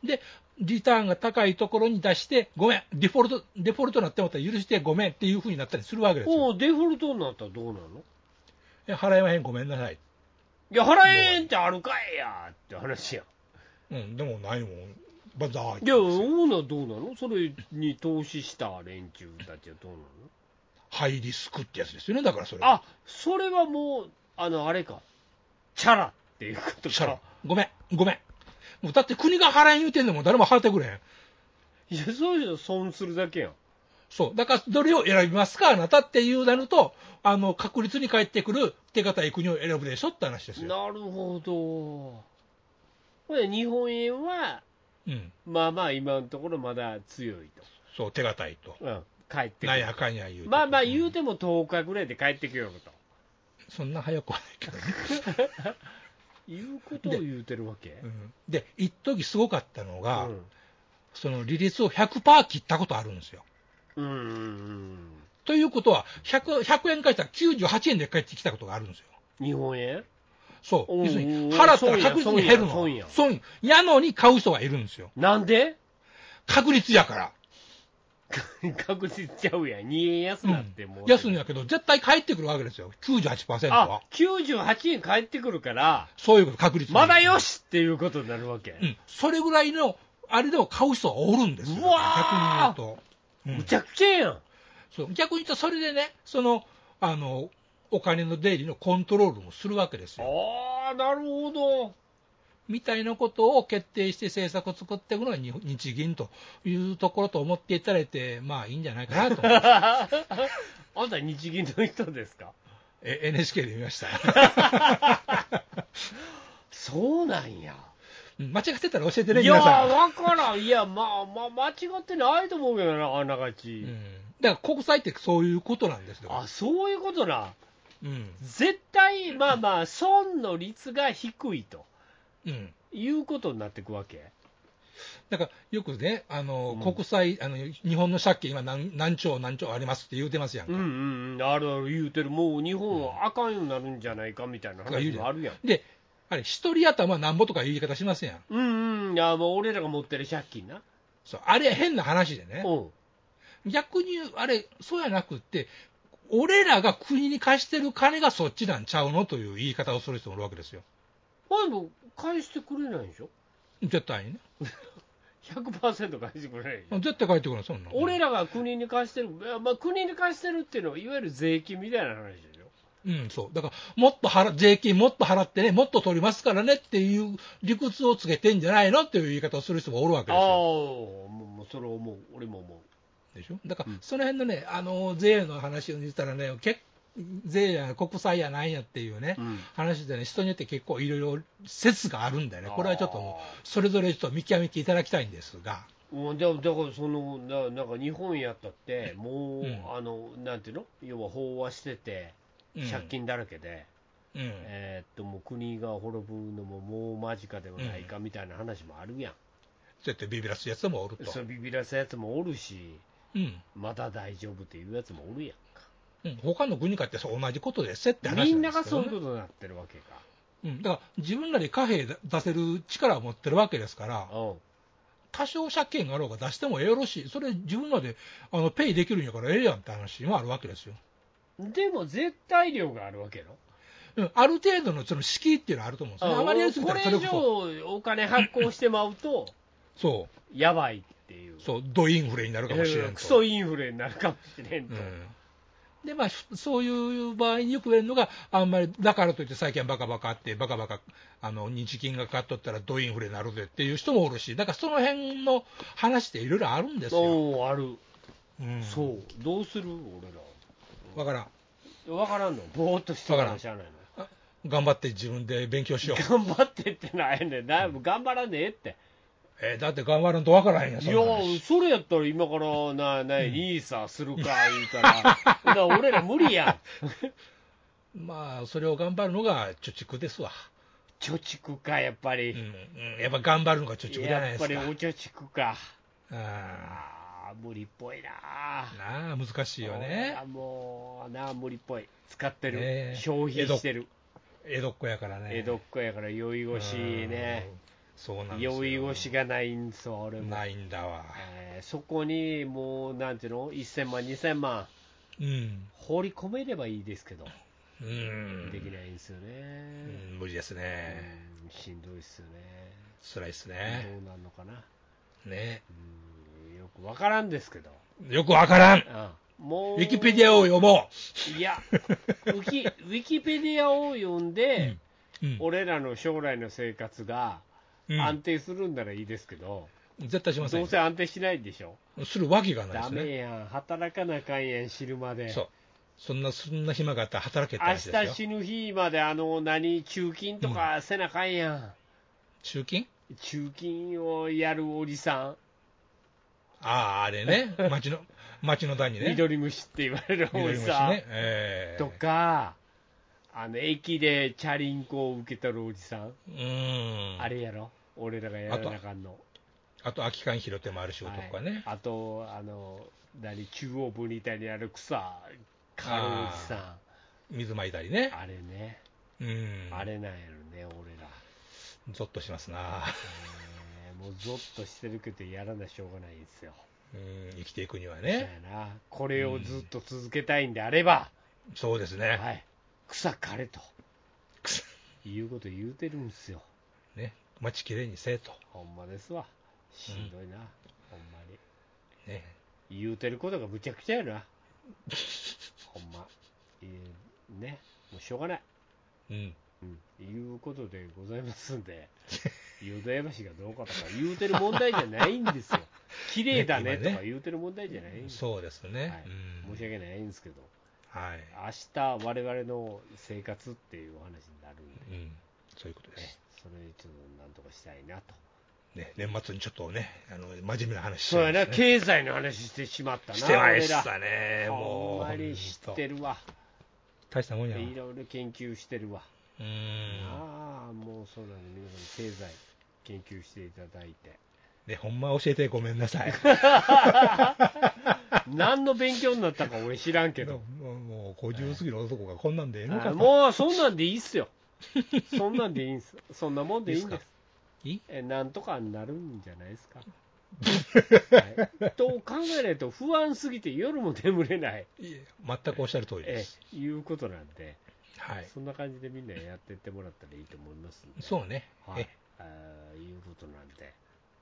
Speaker 3: で、リターンが高いところに出して、ごめん、デフォルト、デフォルトになってもらったら許してごめんっていうふうになったりするわけですよ。
Speaker 2: おうデフォルトになったらどうなの
Speaker 3: いや払えまへん、ごめんなさい。
Speaker 2: いや、払えんってあるかいやって話や。
Speaker 3: うん、でもないもん。バンザーイ
Speaker 2: いや、オーナーどうなのそれに投資した連中たちはどうなの
Speaker 3: ハイリスクってやつですよね、だからそれ。
Speaker 2: あ、それはもう、あの、あれか。チャラっていうことか。
Speaker 3: したら、ごめん、ごめん。もうだって国が払えん言うてんのもん誰も払ってくれへん。
Speaker 2: いや、そうじゃ損するだけやん。
Speaker 3: そう。だから、どれを選びますか、あなたっていうなると、あの、確率に返ってくる手堅い国を選ぶでしょって話ですよ。
Speaker 2: なるほど。これ日本円は、
Speaker 3: うん。
Speaker 2: まあまあ今のところまだ強い
Speaker 3: そう、手堅いと。
Speaker 2: と。うん。帰ってく
Speaker 3: なん
Speaker 2: る。
Speaker 3: やかんや言うて
Speaker 2: まあまあ言
Speaker 3: う
Speaker 2: うても10日ぐらいで帰ってくよ (laughs) と。
Speaker 3: んそんな早くはないけ
Speaker 2: (laughs)
Speaker 3: どね。
Speaker 2: いうことを言うてるわけ
Speaker 3: うんで、一時すごかったのが、
Speaker 2: うん
Speaker 3: その利率を100%切ったことあるんですよ。
Speaker 2: うんうん
Speaker 3: ということは100、100円返したら98円で返ってきたことがあるんですよ。
Speaker 2: うん。日本円
Speaker 3: そ
Speaker 2: おう
Speaker 3: う。要する
Speaker 2: おう
Speaker 3: に、払ったら確実に減るの。
Speaker 2: 損や
Speaker 3: 損や。やのに買う人がいるんですよ。
Speaker 2: なんで (laughs)
Speaker 3: 確率やから。
Speaker 2: 確実ちゃうやん。2円安
Speaker 3: う
Speaker 2: なっ
Speaker 3: ん
Speaker 2: てもう。。
Speaker 3: 安いんやけど、絶対返ってくるわけですよ。98%
Speaker 2: あ
Speaker 3: は。、
Speaker 2: 98円返ってくるから、
Speaker 3: そういうこと、確率。
Speaker 2: まだよしっていうことになるわけ。
Speaker 3: うん。それぐらいの、あれでも買う人はおるんですよ。
Speaker 2: うわー
Speaker 3: 逆に言うと。うん
Speaker 2: むちゃくちゃやん。
Speaker 3: そう逆に言うと、それでね、その、あの、お金の出入りのコントロールもするわけですよ。
Speaker 2: ああ、なるほど。
Speaker 3: みたいなことを決定して政策を作っていくのが日日銀というところと思っていただいて、まあいいんじゃないかな
Speaker 2: (laughs)
Speaker 3: と思います
Speaker 2: (laughs) あんた日銀の人です
Speaker 3: (laughs)
Speaker 2: か
Speaker 3: え NHK で見ました。
Speaker 2: そうなんや。
Speaker 3: うん間違ってたら教えてね、
Speaker 2: いや
Speaker 3: 皆さん。
Speaker 2: わからん。いや、まあ、まあ、間違ってないと思うけどな、あなが
Speaker 3: う
Speaker 2: ち。
Speaker 3: ん、だから国債ってそういうことなんですよ。
Speaker 2: あ、そういうことな。
Speaker 3: うん。
Speaker 2: 絶対、まあまあ、損の率が低いと
Speaker 3: うん。
Speaker 2: いうことになってくわけ。
Speaker 3: だからよくね、あの、
Speaker 2: うん
Speaker 3: 国債、あの、日本の借金今何何兆何兆ありますって言うてますやんか。
Speaker 2: うんうんうん、あるある言うてる、もう日本はあかんようになるんじゃないかみたいな話もあるやん。
Speaker 3: で、あれ、一人頭なんぼとかいう言い方しますやん。
Speaker 2: うんうん、いや、もう俺らが持ってる借金な。
Speaker 3: そう、あれ変な話でね。
Speaker 2: うん。
Speaker 3: 逆に言う、あれ、そうやなくって、俺らが国に貸してる金がそっちなんちゃうのという言い方をする人もいるわけですよ。
Speaker 2: まあでも、返してくれないでしょ
Speaker 3: 絶対にね。
Speaker 2: 100%返してくれないでしょ
Speaker 3: 絶対返ってくるのそんなの
Speaker 2: 俺らが国に貸してる、いやまあ、国に貸してるっていうのは、いわゆる税金みたいな話でしょ。
Speaker 3: うん、そう。だから、もっと払、税金もっと払ってね、もっと取りますからねっていう理屈をつけてんじゃないのっていう言い方をする人もおるわけ
Speaker 2: あ
Speaker 3: で
Speaker 2: あ
Speaker 3: すよ。
Speaker 2: ー、もうもうそれ思う、俺も思
Speaker 3: でしょだから
Speaker 2: うん、
Speaker 3: その辺のね、あの、税の話を言ったらね、結税や国債やなんやっていうね、
Speaker 2: う。うん、
Speaker 3: 話でね、人によって結構いろいろ説があるんだよね。これはちょっともう、それぞれちょっと見極めていただきたいんですが、
Speaker 2: うん、だだからそのな、なんか日本やったって、もう、
Speaker 3: うん
Speaker 2: あのなんていうの、要は飽和してて、
Speaker 3: うん
Speaker 2: 借金だらけで、
Speaker 3: うん、
Speaker 2: えーっともう国が滅ぶのももう間近ではないかみたいな話もあるやん、
Speaker 3: そうやってビビらすやつもおると。
Speaker 2: そうビビらすやつもおるし、
Speaker 3: うん。
Speaker 2: まだ大丈夫っていうやつもおるやん
Speaker 3: うん、他の国かってそう同じことですって
Speaker 2: か、
Speaker 3: 話
Speaker 2: み
Speaker 3: なん
Speaker 2: ん
Speaker 3: で
Speaker 2: な
Speaker 3: す
Speaker 2: が
Speaker 3: け
Speaker 2: そうい
Speaker 3: どね
Speaker 2: うことになってるわけか。
Speaker 3: うん、だから自分らで貨幣出せる力を持ってるわけですから、
Speaker 2: うん
Speaker 3: 多少借金があろうが出してもよろしい、それ自分らであのペイできるんやからええやんって話もあるわけですよ。
Speaker 2: でも絶対量があるわけよ。
Speaker 3: うん、ある程度のその敷居っていうのはあると思うんですね。あまりやりすぎ
Speaker 2: こ
Speaker 3: たら
Speaker 2: れ
Speaker 3: そ
Speaker 2: 以
Speaker 3: れこ
Speaker 2: 上お金発行してまうと、
Speaker 3: そ、そ
Speaker 2: やばいっていう
Speaker 3: う、。そう、ドインフレになるかもしれ
Speaker 2: え
Speaker 3: んと。
Speaker 2: ークソインフレになるかもしれん
Speaker 3: う
Speaker 2: と。
Speaker 3: んでまあ、ふそういう場合によく言えるのが、あんまりだからといって、最近はバカバカあって、バカバカあの日銀が買っとったら、ドインフレになるぜっていう人もおるし、だからその辺の話っていろいろあるんですよ。
Speaker 2: おーある、
Speaker 3: うん
Speaker 2: そう。どうする俺
Speaker 3: わからん、
Speaker 2: ら。わからんのぼーっとしてたらしゃあないの。
Speaker 3: 頑張って自分で勉強しよう。 (laughs)
Speaker 2: 頑張ってってないねん。だいぶ頑張らねえって。
Speaker 3: えーだって頑張らんとわからへんやん、
Speaker 2: い
Speaker 3: そ
Speaker 2: や
Speaker 3: んな話、
Speaker 2: それやったら今から、な、な、リーサするか、言うた
Speaker 3: (laughs)
Speaker 2: ら、だから俺ら無理やん。
Speaker 3: まあ、それを頑張るのが貯蓄ですわ。
Speaker 2: 貯蓄か、やっぱ
Speaker 3: うん
Speaker 2: り。
Speaker 3: うん、やっぱ頑張るのが貯蓄じゃない
Speaker 2: やっ
Speaker 3: で
Speaker 2: ぱ
Speaker 3: すか。
Speaker 2: りお貯蓄か。
Speaker 3: あ
Speaker 2: ああ、無理っぽいな
Speaker 3: ーなあ、難しいよ
Speaker 2: 俺
Speaker 3: ね
Speaker 2: ら。もうなあ無理っぽい使ってる、
Speaker 3: ねえ
Speaker 2: 消費してる
Speaker 3: 江戸っ子やからね。
Speaker 2: 江戸っ子やから酔い越しね
Speaker 3: うん。そうなんですよ。
Speaker 2: 酔い越しがないんですわ俺も、
Speaker 3: ないんだわ。
Speaker 2: えーそこにもうなんていうの1000万2000万
Speaker 3: うん。
Speaker 2: 放り込めればいいですけど
Speaker 3: うん。
Speaker 2: できないんですよね、
Speaker 3: うん無理です
Speaker 2: うん
Speaker 3: ね。
Speaker 2: しんどいっすよ
Speaker 3: 辛いです
Speaker 2: ね
Speaker 3: ね。
Speaker 2: どうなんのかな、
Speaker 3: ね。
Speaker 2: うん、よくわからんですけど、
Speaker 3: よくわからん。
Speaker 2: うん、も
Speaker 3: ウ
Speaker 2: う
Speaker 3: ィキペディアを読も
Speaker 2: いや、ウィキウィキペディアを読んで、
Speaker 3: う。うん。
Speaker 2: 俺らの将来の生活が
Speaker 3: うん
Speaker 2: 安定するんならいいですけど、
Speaker 3: 絶対しません
Speaker 2: どう
Speaker 3: よ。
Speaker 2: せ安定しないんでしょ、
Speaker 3: するわけがない
Speaker 2: ダ
Speaker 3: ですね。
Speaker 2: メやん、働かなあかんやん、死ぬまで、
Speaker 3: そう。そんな、そんな暇があったら働けって
Speaker 2: 明
Speaker 3: 話で
Speaker 2: 日
Speaker 3: す
Speaker 2: 死
Speaker 3: よ。
Speaker 2: ぬ日まで、あの何、中勤とかせなあかんやん、
Speaker 3: 中金
Speaker 2: 中勤をやるおじさ
Speaker 3: ああ、あ
Speaker 2: (laughs)
Speaker 3: れね。町の、町の段に
Speaker 2: ん、
Speaker 3: ね。
Speaker 2: 緑虫って言われるお
Speaker 3: 緑
Speaker 2: じ
Speaker 3: 虫
Speaker 2: さん、
Speaker 3: ね。ええ
Speaker 2: とか、あの駅でチャリンコを受け取るおじさん、
Speaker 3: うん。
Speaker 2: あれやろ、俺らがやらなあかんの。
Speaker 3: あと空き缶拾って回る仕事とかね。
Speaker 2: はいあとあの何中央分離帯にある草刈るおじさんあ
Speaker 3: 水まいたりね。
Speaker 2: れね、
Speaker 3: うん。
Speaker 2: あれなんやろね俺ら、
Speaker 3: ゾッとしますな。
Speaker 2: えーもうゾッとしてるけどやらなしょうがないんですよ
Speaker 3: うん、生きていくには
Speaker 2: そう
Speaker 3: ね。
Speaker 2: やなこれをずっと続けたいんであれば、
Speaker 3: そうですね。
Speaker 2: はい、草刈れと
Speaker 3: くそ
Speaker 2: いうこと言うてるんですよ
Speaker 3: ね。街きれいにせえと。
Speaker 2: ほんまですわしんどいな、ほんまに
Speaker 3: ね。
Speaker 2: 言うてることがむちゃくちゃやなほんま、えーねもうしょうがない
Speaker 3: うん。
Speaker 2: うん、いうことでございますんで、淀屋橋がどうかとか言うてる問題じゃないんです
Speaker 3: (laughs)
Speaker 2: よ、綺麗だね
Speaker 3: ね今
Speaker 2: と
Speaker 3: ね
Speaker 2: か言うてる問題じゃないんです、
Speaker 3: そうですね。
Speaker 2: はい
Speaker 3: うん
Speaker 2: 申し訳ないんですけど、
Speaker 3: はい。
Speaker 2: 明日我々の生活っていうお話になるんで、
Speaker 3: うん。そういうことです。
Speaker 2: それちょっとなんとかしたいなと、
Speaker 3: ね。年末にちょっとね、あの、真面目な話しち
Speaker 2: そうや
Speaker 3: ゃいま
Speaker 2: な、
Speaker 3: したね
Speaker 2: 経済の話してしまったな、
Speaker 3: してまし
Speaker 2: 俺
Speaker 3: たね。
Speaker 2: ら
Speaker 3: もう。
Speaker 2: ほんまに知ってるわ、
Speaker 3: 大したもんや。
Speaker 2: いろいろ研究してるわ、
Speaker 3: う
Speaker 2: あ
Speaker 3: ん。
Speaker 2: あもうそうなの、皆さん、経済研究していただいて。
Speaker 3: ね、ほんま教えてごめん
Speaker 2: (laughs)
Speaker 3: なさい。
Speaker 2: 何の勉強になったか俺知らんけど (laughs)
Speaker 3: も。う、もう50過ぎの男がこんなんでええの
Speaker 2: あ
Speaker 3: かと
Speaker 2: もうそんなんでいいっす
Speaker 3: (laughs)
Speaker 2: よ。そんなんでいいんす。そんなもんでいいんです。
Speaker 3: いい
Speaker 2: えなんとかなるんじゃないです
Speaker 3: (laughs)
Speaker 2: か。はい、と考えないと不安すぎて夜も眠れない、
Speaker 3: いえ全くおっしゃる通りで
Speaker 2: え
Speaker 3: す。
Speaker 2: いうことなんで、
Speaker 3: はい。
Speaker 2: そんな感じでみんなやってってもらったらいいと思いますんで
Speaker 3: そうね。
Speaker 2: は
Speaker 3: え
Speaker 2: い
Speaker 3: え、
Speaker 2: あーいうことなんで、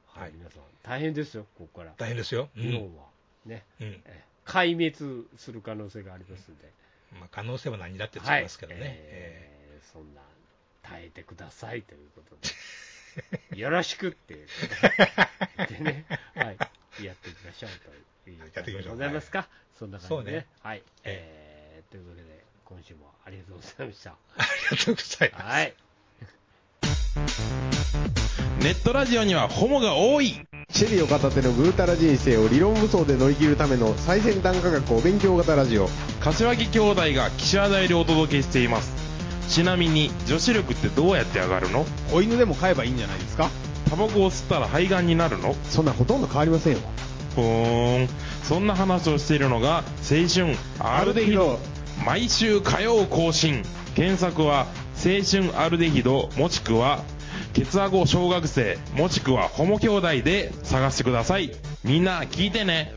Speaker 3: はい
Speaker 2: 皆さん、大変ですよ、ここから、
Speaker 3: 大変ですよ。う
Speaker 2: 日
Speaker 3: ん。
Speaker 2: 本は、ね
Speaker 3: うん
Speaker 2: え壊滅する可能性がありますんで。
Speaker 3: まあ、可能性は何だってつき
Speaker 2: はい
Speaker 3: ますけどね。
Speaker 2: え
Speaker 3: え
Speaker 2: ーそんな耐えてくださいということ
Speaker 3: (laughs)
Speaker 2: でよろしくっていうことででね、はい、やっていきましょうという
Speaker 3: やっていきましょう
Speaker 2: ございますか、そんな感じで、
Speaker 3: そうね
Speaker 2: はいえ
Speaker 3: え
Speaker 2: ーというわけで今週もありがとうございました。
Speaker 3: えありがとうございます。
Speaker 2: はい
Speaker 4: ネットラジオにはホモが多い
Speaker 5: シェリーを片手のぐうたら人生を理論武装で乗り切るための最先端科学お勉強型ラジオ
Speaker 4: 柏木兄弟が岸和田よりお届けしていますちなみに女子力ってどうやって上がるの
Speaker 5: 子犬でも飼えばいいんじゃないですか
Speaker 4: タバコを吸ったら肺がんになるの
Speaker 5: そんなほとんど変わりませんよ
Speaker 4: ふーんそんな話をしているのが青春アルデヒド毎週火曜更新検索は青春アルデヒドもしくはケツアゴ小学生もしくはホモ兄弟で探してくださいみんな聞いてね